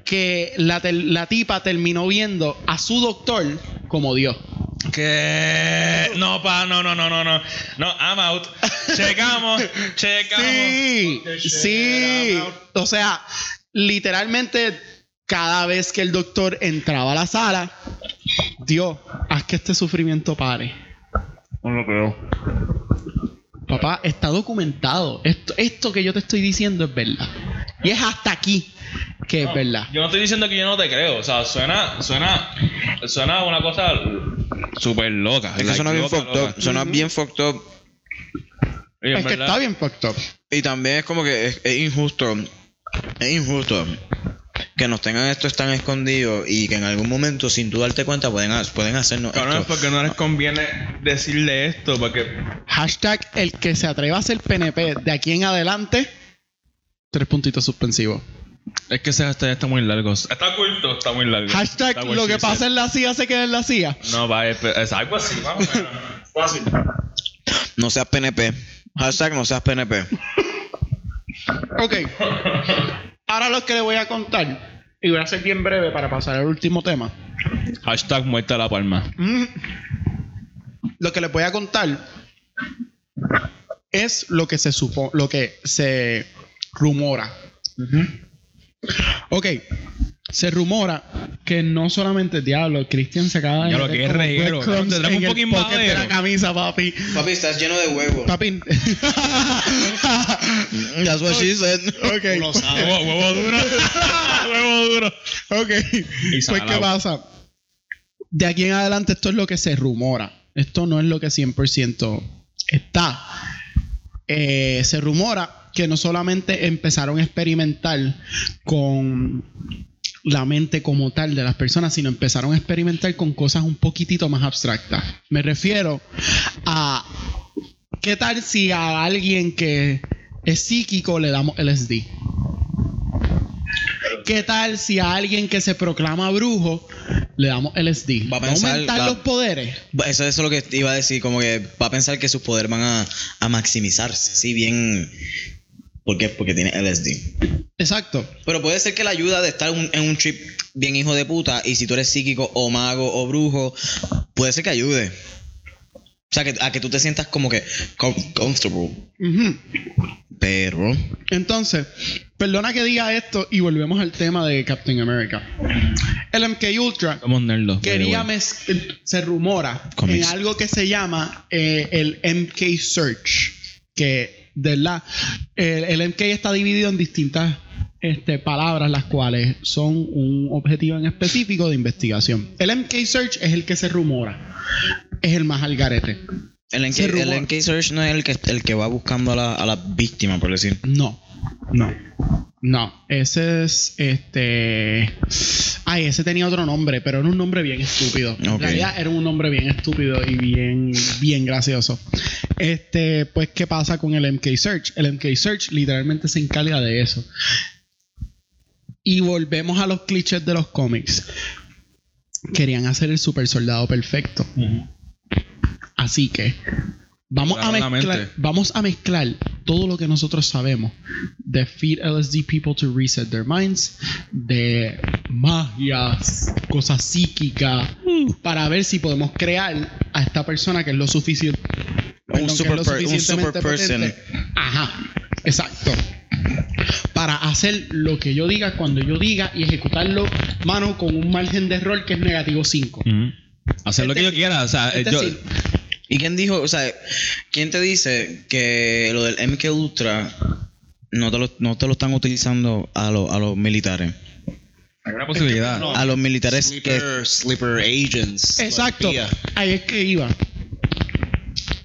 Speaker 1: que la, tel- la tipa terminó viendo a su doctor como Dios.
Speaker 3: ¿Qué? Eh, No, pa, no, no, no, no, no. No, I'm out. Checamos, checamos.
Speaker 1: Sí, sí. O sea, literalmente cada vez que el doctor entraba a la sala, Dios, haz que este sufrimiento pare. Papá, está documentado. Esto, esto que yo te estoy diciendo es verdad. Y es hasta aquí que es verdad.
Speaker 3: Yo no estoy diciendo que yo no te creo. O sea, suena, suena, suena una cosa súper loca.
Speaker 4: Es que
Speaker 3: like,
Speaker 4: suena bien
Speaker 3: loca,
Speaker 4: fucked
Speaker 3: loca.
Speaker 4: up. Suena bien fucked up.
Speaker 3: Oye, en
Speaker 1: Es que
Speaker 3: verdad,
Speaker 1: está bien fucked up.
Speaker 4: Y también es como que es, es injusto. Es injusto que nos tengan esto tan escondido y que en algún momento, sin tú darte cuenta, pueden, ha- pueden hacernos
Speaker 3: Cabrón,
Speaker 4: esto.
Speaker 3: porque no les conviene decirle esto, porque
Speaker 1: Hashtag el que se atreva a ser PNP de aquí en adelante, tres puntitos suspensivos.
Speaker 6: Es que ese hashtag está muy largo.
Speaker 3: está corto, está muy largo.
Speaker 1: Hashtag
Speaker 3: Está what
Speaker 1: lo
Speaker 3: she
Speaker 1: que pasa en la CIA se queda en la CIA.
Speaker 3: said. No, va, es, es algo así, vamos. Fácil.
Speaker 4: No seas PNP. Hashtag no seas PNP.
Speaker 1: Ok. Ahora lo que le voy a contar, y voy a ser bien breve para pasar al último tema.
Speaker 6: Hashtag muerta la palma.
Speaker 1: Mm. Lo que les voy a contar es lo que se supo, lo que se rumora. Ok. Se rumora que no solamente Diablo, Cristian se acaba de.
Speaker 6: Ya lo
Speaker 1: meter
Speaker 6: que es
Speaker 1: como
Speaker 6: reguero,
Speaker 1: breadcrumbs
Speaker 6: cabrón, tendremos
Speaker 1: en
Speaker 6: un
Speaker 1: el
Speaker 6: fucking
Speaker 1: pocket de la
Speaker 6: babero.
Speaker 1: camisa, papi.
Speaker 4: Papi, estás lleno de huevos.
Speaker 1: Papi.
Speaker 4: That's what she said.
Speaker 1: ok.
Speaker 6: Huevo, huevo duro. huevo duro.
Speaker 1: Ok. Pues, ¿qué
Speaker 6: salado.
Speaker 1: pasa? De aquí en adelante, esto es lo que se rumora. Esto no es lo que 100% está. Eh, se rumora que no solamente empezaron a experimentar con la mente como tal de las personas, sino empezaron a experimentar con cosas un poquitito más abstractas. Me refiero a qué tal si a alguien que es psíquico le damos LSD. ¿Qué tal si a alguien que se proclama brujo le damos LSD?
Speaker 4: Va a
Speaker 1: ¿Va a
Speaker 4: pensar-
Speaker 1: aumentar
Speaker 4: va-
Speaker 1: los poderes?
Speaker 4: Eso, eso es lo que iba a decir, como que va a pensar que sus poderes van a, a maximizarse, si bien... ¿Por qué? Porque tiene LSD.
Speaker 1: Exacto.
Speaker 4: Pero puede ser que la ayuda de estar un- en un trip bien hijo de puta, y si tú eres psíquico o mago o brujo, puede ser que ayude. O sea, que, a que tú te sientas como que com- comfortable.
Speaker 1: Ujú.
Speaker 4: Pero...
Speaker 1: Entonces, perdona que diga esto y volvemos al tema de Captain America. El MK Ultra
Speaker 6: Somos nerdos.
Speaker 1: quería
Speaker 6: by
Speaker 1: mez- eh, se rumora en
Speaker 4: Cómics.
Speaker 1: algo que se llama eh, el MK Search, que de la el, el MK está dividido en distintas este, palabras las cuales son un objetivo en específico de investigación. El MK Search es el que se rumora. Es el más al garete.
Speaker 4: El NK,
Speaker 1: Se rumora-
Speaker 4: el NK Search no es el que, el que va buscando a la, a la víctima, por decir.
Speaker 1: No, no, no. Ese es este. Ay, ese tenía otro nombre, pero era un nombre bien estúpido. En
Speaker 4: Ok.
Speaker 1: realidad era un nombre bien estúpido y bien, bien gracioso. Este, pues, ¿qué pasa con el MK Search? El MK Search literalmente se encarga de eso. Y volvemos a los clichés de los cómics. Querían hacer el super soldado perfecto. Así que vamos a,
Speaker 6: Claramente.
Speaker 1: mezclar, vamos a mezclar todo lo que nosotros sabemos de feed LSD people to reset their minds, de magias, cosas psíquicas,
Speaker 4: Mm.
Speaker 1: para ver si podemos crear a esta persona que es lo suficiente.
Speaker 4: Un super per- un super person.
Speaker 1: Ajá, exacto. Para hacer lo que yo diga cuando yo diga y ejecutarlo mano con un margen de error que es negativo 5.
Speaker 6: the way. Ujú. Hacer lo
Speaker 1: Es
Speaker 6: que yo
Speaker 1: decir-
Speaker 6: quiera. O sea,
Speaker 1: Es
Speaker 6: yo.
Speaker 1: decir,
Speaker 4: ¿Y quién dijo, o sea, quién te dice que lo del MK Ultra no te lo, no te lo están utilizando a, lo- a los militares?
Speaker 6: Hay una posibilidad.
Speaker 4: A los militares que...
Speaker 5: Sleeper, sleeper agents.
Speaker 1: eh, Exacto.
Speaker 5: espía.
Speaker 1: Ahí es que iba.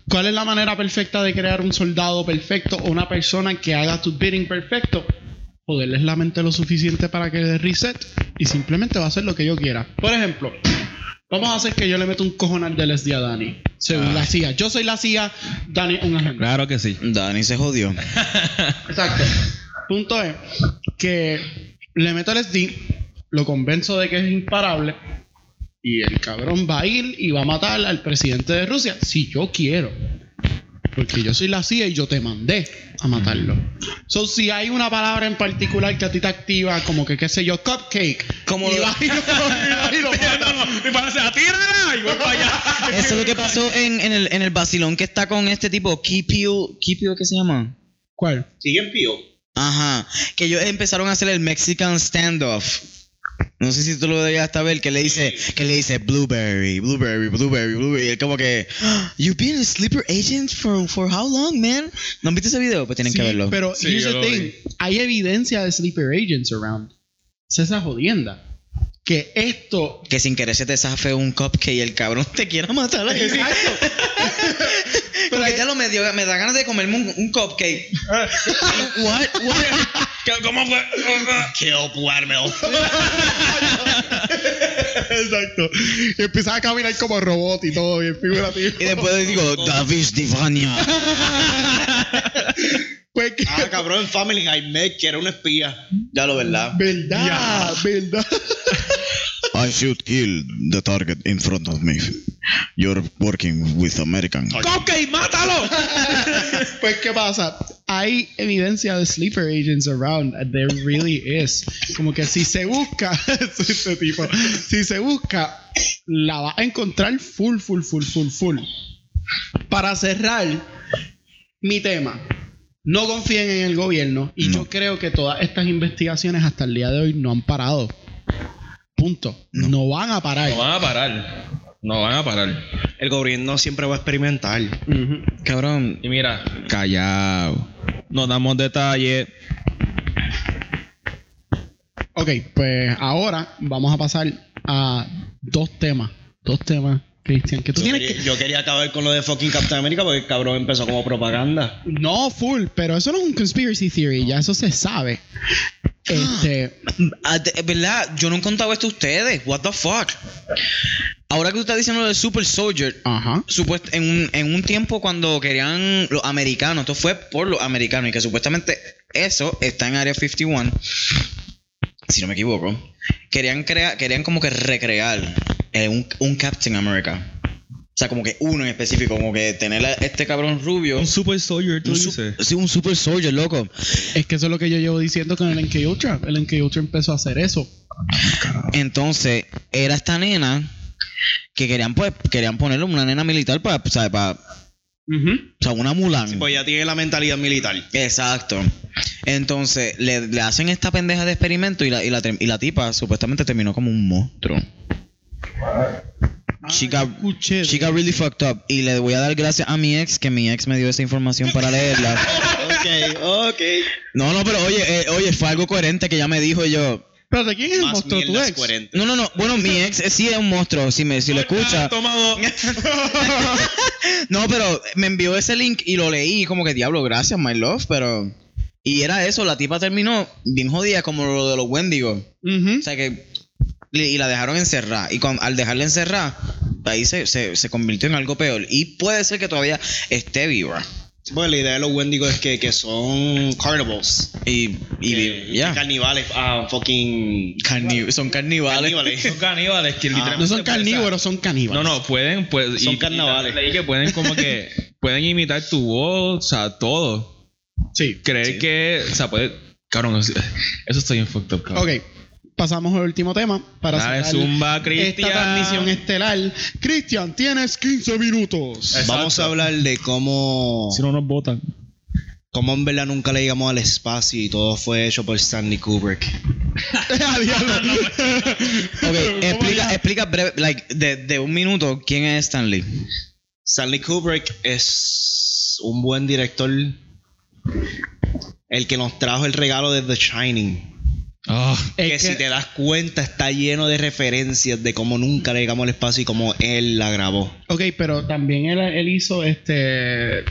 Speaker 1: ¿Cuál es la manera perfecta de crear un soldado perfecto o una persona que haga tu bidding perfecto? Joderles la mente lo suficiente para que dé reset y simplemente va a hacer lo que yo quiera. Por ejemplo, vamos a hacer que yo le meta un cojonal de LSD a Dani. Según la CIA. Yo soy la CIA, Dani es un agente.
Speaker 6: Claro que sí.
Speaker 4: Dani se jodió.
Speaker 1: Exacto. Punto es que le meto el SD, lo convenzo de que es imparable y el cabrón va a ir y va a matar al presidente de Rusia si yo quiero. Porque yo soy la CIA y yo te mandé a matarlo. So, si hay una palabra en particular que a ti te activa, como que qué sé yo, cupcake.
Speaker 4: Como
Speaker 1: y
Speaker 4: lo-
Speaker 1: vas y lo- y lo matas.
Speaker 6: Y parece a tierra y voy para allá.
Speaker 4: Eso es lo que pasó en, en el, en el vacilón que está con este tipo, Kipio, Kipio, ¿qué se llama?
Speaker 1: ¿Cuál?
Speaker 5: ¿Siguen pío?
Speaker 4: Ajá, que ellos empezaron a hacer el Mexican Standoff. No sé si tú lo veías hasta ver, que le dice, que le dice blueberry, blueberry, blueberry, blueberry. Y él como que, you've been a sleeper agent for, for how long, man? ¿No han visto ese video? Pues tienen
Speaker 1: Sí,
Speaker 4: que verlo.
Speaker 1: Pero
Speaker 6: Sí,
Speaker 1: here's
Speaker 6: yo
Speaker 1: the
Speaker 6: lo
Speaker 1: thing. Hay evidencia de sleeper agents around. Es esa jodienda. Que esto
Speaker 4: Que sin querer se te zafe un cupcake y el cabrón te quiera matar.
Speaker 1: Exacto.
Speaker 4: Pero ya lo me dio, me da ganas de comerme un, un cupcake. what? What?
Speaker 3: ¿Cómo fue?
Speaker 5: Kill Blackmail.
Speaker 1: Exacto. Y empezaba a caminar como robot y todo, bien figurativo.
Speaker 4: Y después digo, David Divania.
Speaker 1: Pues que-
Speaker 5: Ah, cabrón, en Family I met que era un espía. Ya lo verdad.
Speaker 1: verdad, verdad.
Speaker 8: I should kill the target in front of me. You're working with American.
Speaker 1: ¡Ok, mátalo! pues, ¿qué pasa? Hay evidencia de sleeper agents around. There really is. Como que si se busca, este tipo, si se busca, la vas a encontrar full, full, full, full, full. Para cerrar mi tema, No confíen en el gobierno y
Speaker 8: No.
Speaker 1: yo creo que todas estas investigaciones hasta el día de hoy no han parado. Punto. No, van a parar.
Speaker 3: No van a parar. No van a parar.
Speaker 5: El gobierno siempre va a experimentar.
Speaker 1: Ujú.
Speaker 9: Cabrón. Y mira, callado. No damos detalles.
Speaker 1: Ok, pues ahora vamos a pasar a dos temas. Dos temas, Cristian, que tú
Speaker 5: Yo
Speaker 1: tienes
Speaker 5: quería,
Speaker 1: que...
Speaker 5: yo quería acabar con lo de fucking Captain America porque el cabrón empezó como propaganda.
Speaker 1: No, full, pero eso no es un conspiracy theory, ya eso se sabe. Este,
Speaker 4: Ah, de- Es verdad, yo no he contado esto a ustedes. What the fuck. Ahora que tú estás diciendo lo del Super Soldier,
Speaker 1: ajá.
Speaker 4: supuest- en, un, en un tiempo cuando querían los americanos, esto fue por los americanos, y que supuestamente eso está en Área 51, si no me equivoco, querían, crea- querían como que recrear eh, un, un Captain America. O sea, como que uno en específico, como que tener a este cabrón rubio.
Speaker 9: Un super soldier, tú
Speaker 4: un su-
Speaker 9: dices.
Speaker 4: sí, un Super Soldier, loco.
Speaker 1: Es que eso es lo que yo llevo diciendo con el NK Ultra. El NK Ultra empezó a hacer eso.
Speaker 4: Entonces, era esta nena que querían pues querían ponerle una nena militar para, ¿sabes? Para, o sea, una Mulan.
Speaker 5: Pues ya tiene la mentalidad militar.
Speaker 4: Exacto. Entonces, le, le hacen esta pendeja de experimento y la, y la, ter- y la tipa supuestamente terminó como un monstruo. Chica,
Speaker 1: Escuché.
Speaker 4: chica really fucked up. Y le voy a dar gracias a mi ex, que mi ex me dio esa información para leerla.
Speaker 5: Ok, ok.
Speaker 4: No, no, pero oye, eh, oye, fue algo coherente que ella me dijo y yo.
Speaker 1: Pero ¿de quién es el
Speaker 5: Más
Speaker 1: monstruo tu
Speaker 5: mierdas
Speaker 1: ex?
Speaker 5: coherentes.
Speaker 4: No, no, no. Bueno, mi ex eh, sí es un monstruo. Si me, si lo escucha.
Speaker 3: Tomado.
Speaker 4: No, pero me envió ese link y lo leí y como que diablo, gracias, my love, pero... Y era eso, la tipa terminó bien jodida como lo de los Wendigos.
Speaker 1: Ujú.
Speaker 4: O sea que... Y la dejaron encerrada. Y cuan- al dejarla encerrada, ahí se, se- se convirtió en algo peor. Y puede ser que todavía esté viva.
Speaker 5: Bueno, la idea de los Wendigos es que, que son carnivals.
Speaker 4: Y, y
Speaker 5: Que-
Speaker 4: vi- ya.
Speaker 5: que Carnivales. Ah, fucking.
Speaker 4: Carni- son carnivales.
Speaker 5: Carnivales.
Speaker 3: Son caníbales que literalmente
Speaker 1: No son
Speaker 3: pueden-
Speaker 1: carnívoros, son
Speaker 3: No,
Speaker 1: caníbales.
Speaker 3: no, pueden, pues.
Speaker 5: Son carnavales.
Speaker 3: Y, leí que pueden como que pueden imitar tu voz, o sea, todo.
Speaker 1: Sí.
Speaker 3: Creer que, o sea, puede. Cabrón, eso estoy en fucked up,
Speaker 5: Ah.
Speaker 3: cabrón.
Speaker 1: Ok, pasamos al último tema para
Speaker 3: Dale,
Speaker 1: cerrar
Speaker 3: zumba,
Speaker 1: esta
Speaker 3: Cristian.
Speaker 1: transmisión estelar. Cristian, tienes 15 minutos.
Speaker 3: Exacto.
Speaker 5: Vamos a hablar de cómo.
Speaker 9: Si no nos votan.
Speaker 5: Cómo en verdad nunca le llegamos al espacio y todo fue hecho por Stanley Kubrick.
Speaker 1: Ah, diablo.
Speaker 4: Ok, explica, explica breve, like, de, de un minuto, ¿quién es Stanley?
Speaker 5: Stanley Kubrick es un buen director. El que nos trajo el regalo de The Shining.
Speaker 1: Es
Speaker 5: que,
Speaker 1: que-
Speaker 5: si te das cuenta está lleno de referencias de cómo nunca le llegamos al espacio y cómo él la grabó.
Speaker 1: Ok, pero también él, él hizo este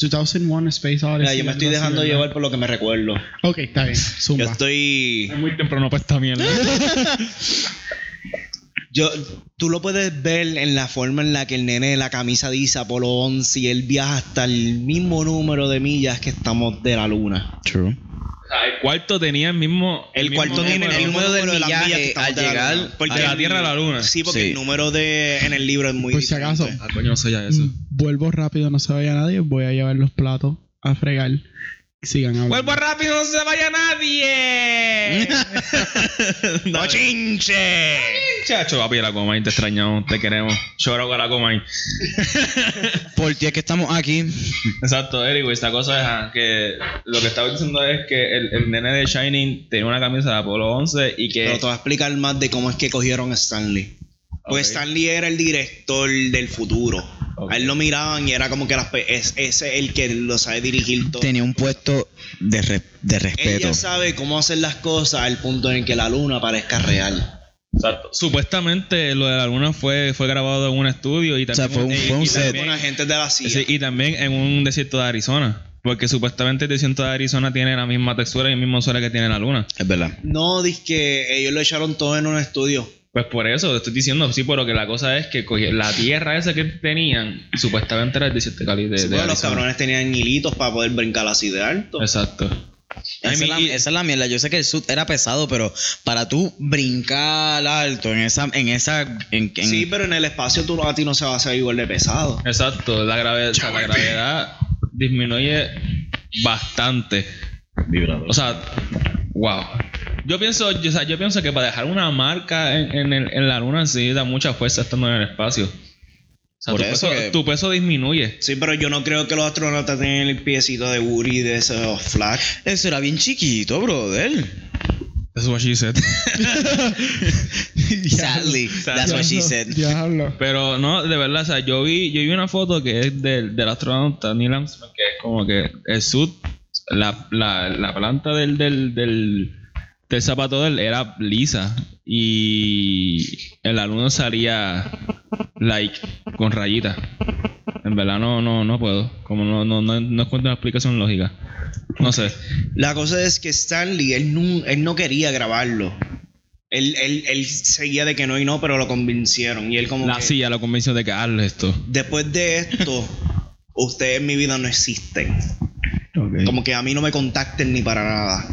Speaker 1: 2001 Space Odyssey.
Speaker 5: Mira, yo me
Speaker 1: algo así,
Speaker 5: estoy dejando
Speaker 1: ¿verdad?
Speaker 5: llevar por lo que me recuerdo.
Speaker 1: Ok, está bien.
Speaker 5: Yo
Speaker 1: Zumba.
Speaker 5: estoy...
Speaker 9: Muy temprano para esta mierda.
Speaker 5: Yo, tú lo puedes ver en la forma en la que el nene de la camisa dice Apolo 11 y él viaja hasta el mismo número de millas que estamos de la luna.
Speaker 4: True.
Speaker 3: O sea, el cuarto tenía el mismo.
Speaker 5: El
Speaker 3: mismo
Speaker 5: cuarto tiene
Speaker 3: número.
Speaker 5: el número de
Speaker 4: número de las
Speaker 5: millaje
Speaker 4: millas que
Speaker 5: estamos
Speaker 4: al
Speaker 5: de la
Speaker 4: llegar
Speaker 5: luna. Porque
Speaker 3: a la
Speaker 5: el-
Speaker 3: Tierra a la Luna.
Speaker 5: Sí, porque
Speaker 4: Sí.
Speaker 5: el número de en el libro es muy
Speaker 1: Por Pues, si
Speaker 5: diferente.
Speaker 1: acaso.
Speaker 9: Ah, coño, no sé ya
Speaker 5: Mm.
Speaker 9: eso.
Speaker 1: Vuelvo rápido, no se vaya nadie. Voy a llevar los platos a fregar. Sigan hablando.
Speaker 3: Vuelvo rápido, no se vaya nadie.
Speaker 5: ¡No chinche!
Speaker 3: Chacho, papi, la Comay, te extrañamos, te queremos. Choro con la Comay.
Speaker 4: Por ti es que estamos aquí.
Speaker 3: Exacto, Eric, esta cosa es ah, que lo que estaba diciendo es que el, el nene de Shining tenía una camisa de Apolo 11 y que.
Speaker 5: Pero te voy a explicar más de cómo es que cogieron a Stanley.
Speaker 3: Ok.
Speaker 5: Porque Stanley era el director del futuro.
Speaker 3: Ok.
Speaker 5: A él lo miraban y era como que las pe- es, ese es el que lo sabe dirigir todo.
Speaker 4: Tenía un puesto de, re- de
Speaker 5: Él
Speaker 4: respeto.
Speaker 5: ya sabe cómo hacer las cosas al punto en el que la luna parezca real.
Speaker 3: Exacto. Supuestamente lo de la luna fue, fue grabado en un estudio y
Speaker 4: O
Speaker 3: también,
Speaker 4: sea, fue un, fue un
Speaker 3: y
Speaker 4: set.
Speaker 5: Con agentes de la CIA.
Speaker 3: sí, y también en un desierto de Arizona. Porque supuestamente el desierto de Arizona tiene la misma textura y el mismo suelo que tiene la luna.
Speaker 4: Es verdad.
Speaker 5: No, dice que ellos lo echaron todo en un estudio.
Speaker 3: Pues por eso te estoy diciendo, sí, pero que la cosa es que cogi- la tierra esa que tenían supuestamente era el desierto de Cali de,
Speaker 5: Sí,
Speaker 3: de
Speaker 5: porque los
Speaker 3: Arizona.
Speaker 5: cabrones tenían hilitos para poder brincar así de alto.
Speaker 3: Exacto.
Speaker 4: Esa,
Speaker 3: I mean,
Speaker 4: es la,
Speaker 3: y-
Speaker 4: esa es la mierda. Yo sé que el sud era pesado, pero para tú brincar alto en esa. En esa en, en-
Speaker 5: Sí, pero en el espacio tú, a ti no se va a hacer igual de pesado.
Speaker 3: Exacto, la, grave- o sea, la gravedad disminuye bastante. O sea, wow. Yo pienso, yo, o sea, yo pienso que para dejar una marca en, en el- en la luna sí da mucha fuerza estando en el espacio. O sea,
Speaker 4: Por
Speaker 3: tu,
Speaker 4: eso
Speaker 3: peso,
Speaker 4: que-
Speaker 3: tu peso disminuye.
Speaker 5: Sí, pero yo no creo que los astronautas tengan el piecito de Woody de esos Flash.
Speaker 4: Eso era bien chiquito, brother.
Speaker 3: That's what she said.
Speaker 10: Sadly, that's what she said.
Speaker 1: Diablo.
Speaker 3: Pero no, de verdad, o sea, yo vi, yo vi una foto que es del, del astronauta Neil Armstrong, que es como que el sud, la, la, la planta del, del, del, del zapato de él era lisa y el alumno salía like con rayitas. En verdad no, no, no puedo. Como no, no, no, no encuentro una explicación lógica. No sé.
Speaker 5: La cosa es que Stanley, él no, él no quería grabarlo. Él, él, él seguía de que no y no, pero lo convencieron. Y él como
Speaker 3: La
Speaker 5: que,
Speaker 3: silla lo convenció de que hazlo esto.
Speaker 5: después de esto, ustedes en mi vida no existen. Como que a mí no me contacten ni para nada.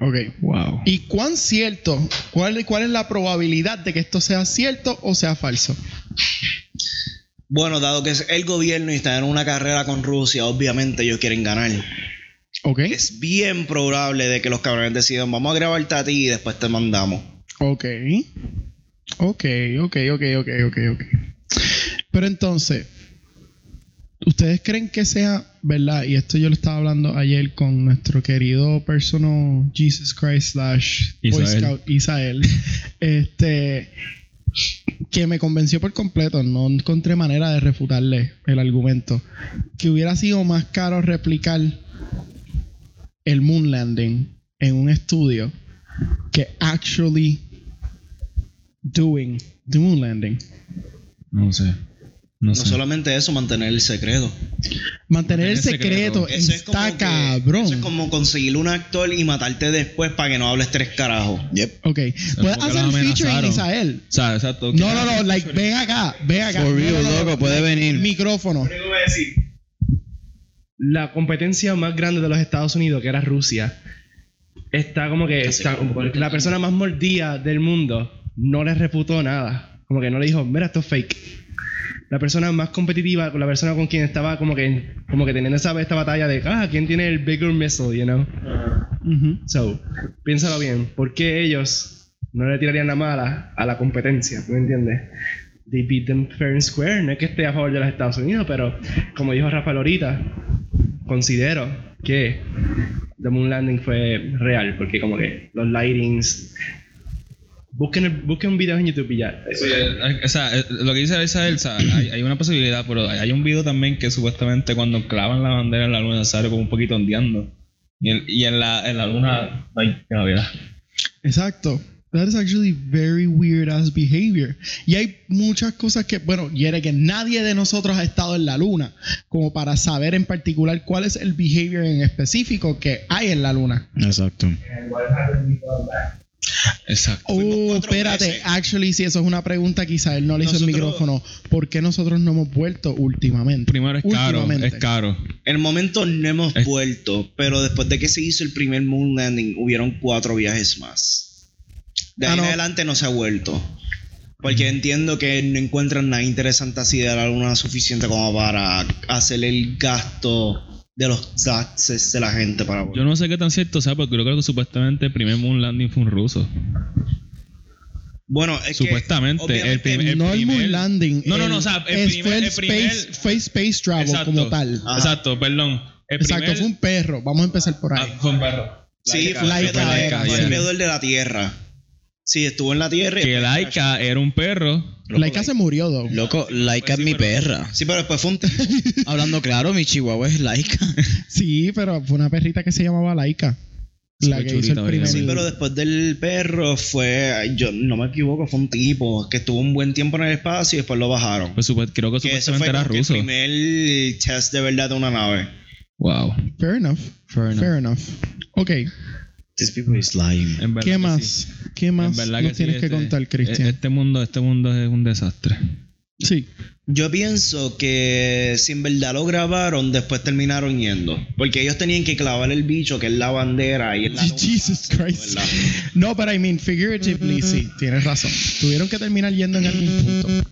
Speaker 1: Ok.
Speaker 3: Wow.
Speaker 1: ¿Y cuán cierto? ¿Cuál, ¿Cuál es la probabilidad de que esto sea cierto o sea falso?
Speaker 5: Bueno, dado que es el gobierno y está en una carrera con Rusia, obviamente ellos quieren ganar.
Speaker 1: ¿Ok?
Speaker 5: Es bien probable de que los cabrones decidan, vamos a grabarte a ti y después te mandamos.
Speaker 1: Ok. Ok, ok, ok, ok, ok, ok. Pero entonces, ¿ustedes creen que sea verdad? Y esto yo lo estaba hablando ayer con nuestro querido personal Jesus Christ slash Boy
Speaker 3: Isael.
Speaker 1: Scout Isael. Este que me convenció por completo, no encontré manera de refutarle el argumento. Que hubiera sido más caro replicar el moon landing en un estudio que actually doing the moon landing.
Speaker 3: No sé. No
Speaker 5: No
Speaker 3: sé.
Speaker 5: solamente eso, mantener el secreto.
Speaker 1: Mantener el
Speaker 3: el secreto.
Speaker 1: secreto,
Speaker 5: Eso es como
Speaker 1: está
Speaker 5: que-
Speaker 1: cabrón.
Speaker 5: Eso es como conseguir un actor y matarte después para que no hables tres carajos.
Speaker 4: Yep.
Speaker 1: Ok, puedes
Speaker 3: porque
Speaker 1: hacer
Speaker 3: los
Speaker 1: featuring
Speaker 3: amenazaron.
Speaker 1: Isael.
Speaker 3: O sea, exacto.
Speaker 1: No, no, no, like, ven acá, ven acá.
Speaker 4: For real,
Speaker 1: No, no, no,
Speaker 4: loco, puede venir.
Speaker 1: Micrófono.
Speaker 11: la competencia más grande de los Estados Unidos, que era Rusia, está como que está- la persona más mordida del mundo no le reputó nada. Como que no le dijo, mira, esto es fake. La persona más competitiva, la persona con quien estaba como que, como que teniendo esa, esta batalla de, ah, ¿quién tiene el bigger missile, you know?
Speaker 1: Ujú.
Speaker 11: So, piénsalo bien, ¿por qué ellos no le tirarían la mala a la competencia? ¿Tú me entiendes? They beat them fair and square. No es que esté a favor de los Estados Unidos, pero como dijo Rafael ahorita, considero que The Moon Landing fue real, porque como que los lightings. Busquen, busquen videos en YouTube y ya.
Speaker 3: Sí, eh, o sea, eh, lo que dice Isabel, o sea, hay, hay una posibilidad, pero hay hay un video también que supuestamente cuando clavan la bandera en la luna sale como un poquito ondeando. Y, en- y en, la, en la luna ay, qué barbaridad.
Speaker 1: Exacto. That is actually very weird ass behavior. Y hay muchas cosas que, bueno, y era que nadie de nosotros ha estado en la luna, como para saber en particular cuál es el behavior en específico que hay en la luna.
Speaker 4: Exacto.
Speaker 3: Exacto.
Speaker 1: Oh, espérate, actually, si eso es una pregunta que Isabel no le hizo el micrófono. ¿Por qué nosotros no hemos vuelto últimamente?
Speaker 3: Primero es caro,
Speaker 1: Últimamente.
Speaker 3: es caro.
Speaker 5: En el momento no hemos
Speaker 3: Es-
Speaker 5: vuelto, pero después de que se hizo el primer moon landing, hubieron cuatro viajes más. De ahí
Speaker 1: Ah,
Speaker 5: en
Speaker 1: no. Mm.
Speaker 5: adelante no se ha vuelto. Porque entiendo que no encuentran nada interesante así de la luna suficiente como para hacer el gasto de los taxes de la gente para volver.
Speaker 3: Yo no sé qué tan cierto sea, porque yo creo que supuestamente el primer moon landing fue un ruso.
Speaker 5: Bueno, es que,
Speaker 3: Supuestamente, el
Speaker 5: obviamente,
Speaker 3: primer- el
Speaker 1: no el
Speaker 3: primer-
Speaker 1: moon landing.
Speaker 3: No, no, no,
Speaker 1: el-
Speaker 3: o sea, el
Speaker 1: es-
Speaker 3: primer-
Speaker 1: fue el,
Speaker 3: el primer-
Speaker 1: space, fue space travel
Speaker 3: Exacto,
Speaker 1: Ah, pues, como tal.
Speaker 3: Exacto, perdón. El
Speaker 1: Exacto,
Speaker 3: primer-
Speaker 1: fue un perro. Vamos a empezar por ahí.
Speaker 3: ah, fue un perro.
Speaker 5: Sí, fue
Speaker 1: Laika
Speaker 5: el de-
Speaker 1: era,
Speaker 5: fue el
Speaker 3: sí.
Speaker 5: alrededor de la Tierra. Sí, estuvo en la Tierra. y-
Speaker 3: Que Laika era un perro.
Speaker 1: Laika se murió, though.
Speaker 4: Loco, Laika es mi perra.
Speaker 5: Pues Sí, pero después fue un tipo.
Speaker 4: Hablando claro, mi chihuahua es Laika.
Speaker 1: Sí, pero fue una perrita que se llamaba Laika. La
Speaker 3: fue
Speaker 1: que hizo
Speaker 3: chulita,
Speaker 1: el primer.
Speaker 3: obviamente.
Speaker 5: Sí, pero después del perro fue, yo no me equivoco, fue un tipo que estuvo un buen tiempo en el espacio y después lo bajaron.
Speaker 3: Pues, supu- creo que
Speaker 5: Que ese fue
Speaker 3: supuestamente era
Speaker 5: como que el
Speaker 3: ruso.
Speaker 5: primer test de verdad de una nave.
Speaker 3: Wow.
Speaker 1: Fair enough. Fair enough. Ok,
Speaker 4: This people is lying.
Speaker 3: En verdad
Speaker 1: ¿qué
Speaker 3: que
Speaker 1: más?
Speaker 3: sí.
Speaker 1: ¿Qué más
Speaker 3: En verdad
Speaker 1: nos
Speaker 3: sí,
Speaker 1: tienes que
Speaker 3: este-
Speaker 1: contar, Cristian?
Speaker 3: e- Este mundo, este mundo es un desastre.
Speaker 1: sí.
Speaker 5: Yo pienso que si en verdad lo grabaron, después terminaron yendo. Porque ellos tenían que clavar el bicho, que es la bandera, y en la luna.
Speaker 1: Jesus Christ.
Speaker 5: ¿verdad?
Speaker 1: No, pero I mean, figuratively, sí, tienes razón. Tuvieron que terminar yendo en algún punto.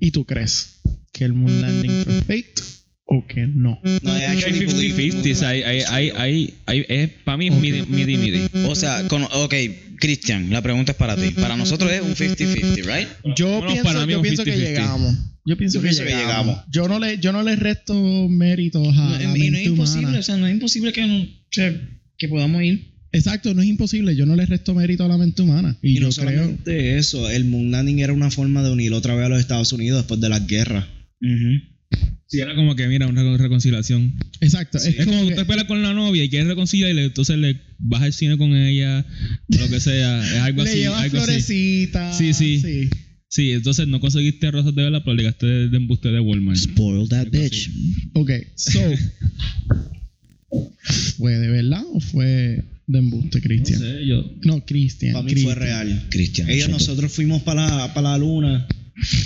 Speaker 1: ¿Y tú crees que el moon landing fue fake o que no.
Speaker 5: No, es
Speaker 3: Hay
Speaker 5: actually believe.
Speaker 3: 50-50, hay, hay, hay, hay, hay, es para mí midi, midi, midi.
Speaker 4: O sea, con, ok, Cristian, la pregunta es para ti. Para nosotros es un 50-50, ¿right?
Speaker 1: Yo
Speaker 3: Bueno,
Speaker 1: pienso,
Speaker 3: para mí
Speaker 1: yo
Speaker 3: un
Speaker 1: pienso que
Speaker 3: 50-50.
Speaker 1: llegamos. Yo pienso,
Speaker 5: Yo
Speaker 1: que,
Speaker 5: pienso que
Speaker 1: llegamos.
Speaker 5: llegamos.
Speaker 1: Yo no le, yo no le resto méritos a la
Speaker 4: No, y no es
Speaker 1: mente
Speaker 4: imposible,
Speaker 1: humana.
Speaker 4: o sea, no es imposible que, no- o sea, que podamos ir.
Speaker 1: Exacto, no es imposible. Yo no le resto mérito a la mente humana. Y,
Speaker 5: Y
Speaker 1: yo
Speaker 5: no
Speaker 1: creo.
Speaker 5: solamente eso, el moon landing era una forma de unir otra vez a los Estados Unidos después de las guerras.
Speaker 3: Sí, era como que, mira, una recon- reconciliación.
Speaker 1: Exacto.
Speaker 3: Es, como que usted espera con la novia y quiere reconciliar y le- entonces le vas al cine con ella, o lo que sea. Es algo
Speaker 1: le
Speaker 3: así.
Speaker 1: llevas
Speaker 3: algo así.
Speaker 1: florecitas.
Speaker 3: Sí, sí. Sí, entonces no conseguiste rosas de vela, pero llegaste de, de embuste de Walmart.
Speaker 4: Spoil that bitch.
Speaker 1: Ok, so. ¿Fue de verdad o fue de embuste,
Speaker 3: No
Speaker 1: Cristian? No,
Speaker 3: sé, yo.
Speaker 1: Cristian.
Speaker 5: Para mí
Speaker 1: Cristian.
Speaker 5: fue real.
Speaker 4: Cristian.
Speaker 5: Ellos,
Speaker 4: shut up.
Speaker 5: nosotros fuimos para la, pa' la luna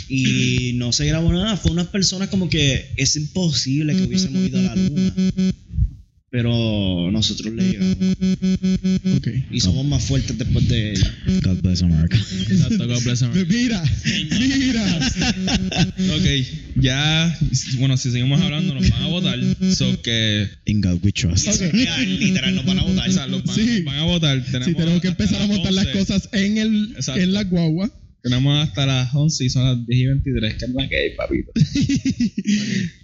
Speaker 5: y no se grabó nada. Fue unas personas como que es imposible que hubiésemos ido a la luna. Pero nosotros le llegamos.
Speaker 1: Ok.
Speaker 5: Y somos más fuertes después de ella.
Speaker 4: God bless America.
Speaker 3: Exacto, God bless America.
Speaker 1: Mira, mira.
Speaker 3: Ok, ya. Bueno, si seguimos hablando, nos van a votar. So que.
Speaker 4: In God we trust.
Speaker 5: Literal, nos van a votar.
Speaker 3: O sea, los van,
Speaker 1: Sí.
Speaker 3: van a votar. Tenemos
Speaker 1: Si tenemos que
Speaker 3: hasta
Speaker 1: empezar a montar las
Speaker 3: 11.
Speaker 1: cosas en, el,
Speaker 3: Exacto.
Speaker 1: en la guagua.
Speaker 3: Tenemos hasta las 11 y son las 10 y 23. ¿Qué es la que hay, papito?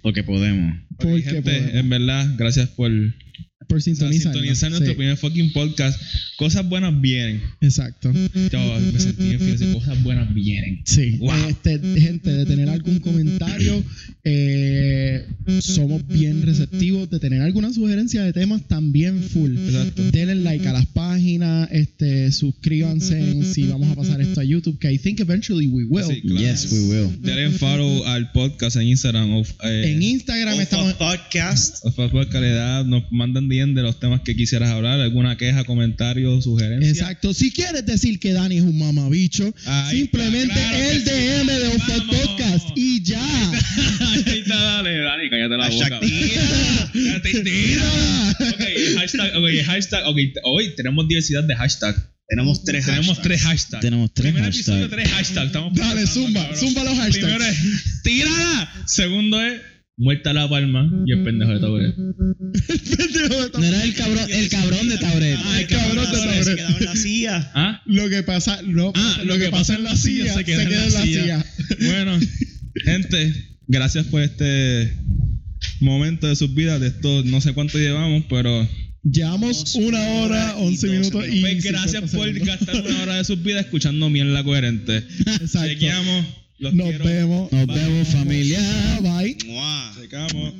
Speaker 4: Porque podemos.
Speaker 3: Ok,
Speaker 1: Porque
Speaker 3: gente,
Speaker 1: podemos.
Speaker 3: en verdad, gracias por
Speaker 1: Por
Speaker 3: o sea,
Speaker 1: sintonizar.
Speaker 3: sintonizar nuestro primer fucking podcast. Cosas buenas vienen.
Speaker 1: Exacto.
Speaker 3: Yo me sentí bien, fíjense, cosas buenas vienen.
Speaker 1: Sí.
Speaker 3: Wow.
Speaker 1: Este, gente, de tener algún comentario, eh, somos bien receptivos. De tener alguna sugerencia de temas, también full.
Speaker 3: Exacto.
Speaker 1: Denle like a las páginas, este, suscríbanse en si vamos a pasar esto a YouTube, que I think eventually we will.
Speaker 3: Sí, claro.
Speaker 4: Yes, we will.
Speaker 3: Denle follow al podcast en Instagram. O, eh,
Speaker 1: En Instagram estamos
Speaker 5: podcast.
Speaker 3: o Facebook calidad, nos mandan bien de los temas que quisieras hablar, alguna queja, comentario, sugerencia.
Speaker 1: Exacto. Si quieres decir que Dani es un mamabicho,
Speaker 3: Ay,
Speaker 1: simplemente
Speaker 3: claro que
Speaker 1: el
Speaker 3: sí.
Speaker 1: DM de Off
Speaker 3: Vamos.
Speaker 1: Podcast y ya.
Speaker 3: Ahí está, dale, dale, cállate la boca. Cállate, tira. Ok, hashtag, ok, hashtag, ok, t- hoy tenemos diversidad de hashtag.
Speaker 5: Tenemos tres
Speaker 3: Tenemos
Speaker 5: hashtags.
Speaker 3: tres hashtags.
Speaker 4: Tenemos tres
Speaker 3: Primer
Speaker 4: hashtags.
Speaker 3: episodio, tres hashtags. Estamos
Speaker 1: Dale,
Speaker 3: empezando,
Speaker 1: zumba,
Speaker 3: cabrón.
Speaker 1: zumba los
Speaker 3: Primero
Speaker 1: hashtags.
Speaker 3: es tirada. Segundo es muerta la palma y el pendejo de Taure.
Speaker 4: No era el cabrón, el cabrón de Tauret.
Speaker 5: Ay, cabrón,
Speaker 1: Ah, cabrón, cabrón.
Speaker 5: se quedaba en la silla.
Speaker 3: ¿Ah?
Speaker 1: Lo que pasa, no,
Speaker 3: Ah,
Speaker 1: lo, que, pasa en la silla se queda, en la silla.
Speaker 3: Bueno, gente, gracias por este momento de sus vidas. De esto no sé cuánto llevamos, pero
Speaker 1: Llevamos una hora, once minutos y.
Speaker 3: pues, gracias
Speaker 1: 50
Speaker 3: por
Speaker 1: segundos.
Speaker 3: gastar una hora de sus vidas escuchando mierda coherente.
Speaker 1: Exacto.
Speaker 3: Chequeamos. Los
Speaker 1: Nos
Speaker 3: quiero.
Speaker 1: vemos.
Speaker 4: Nos vemos, familia.
Speaker 1: Bye.
Speaker 3: Checamos.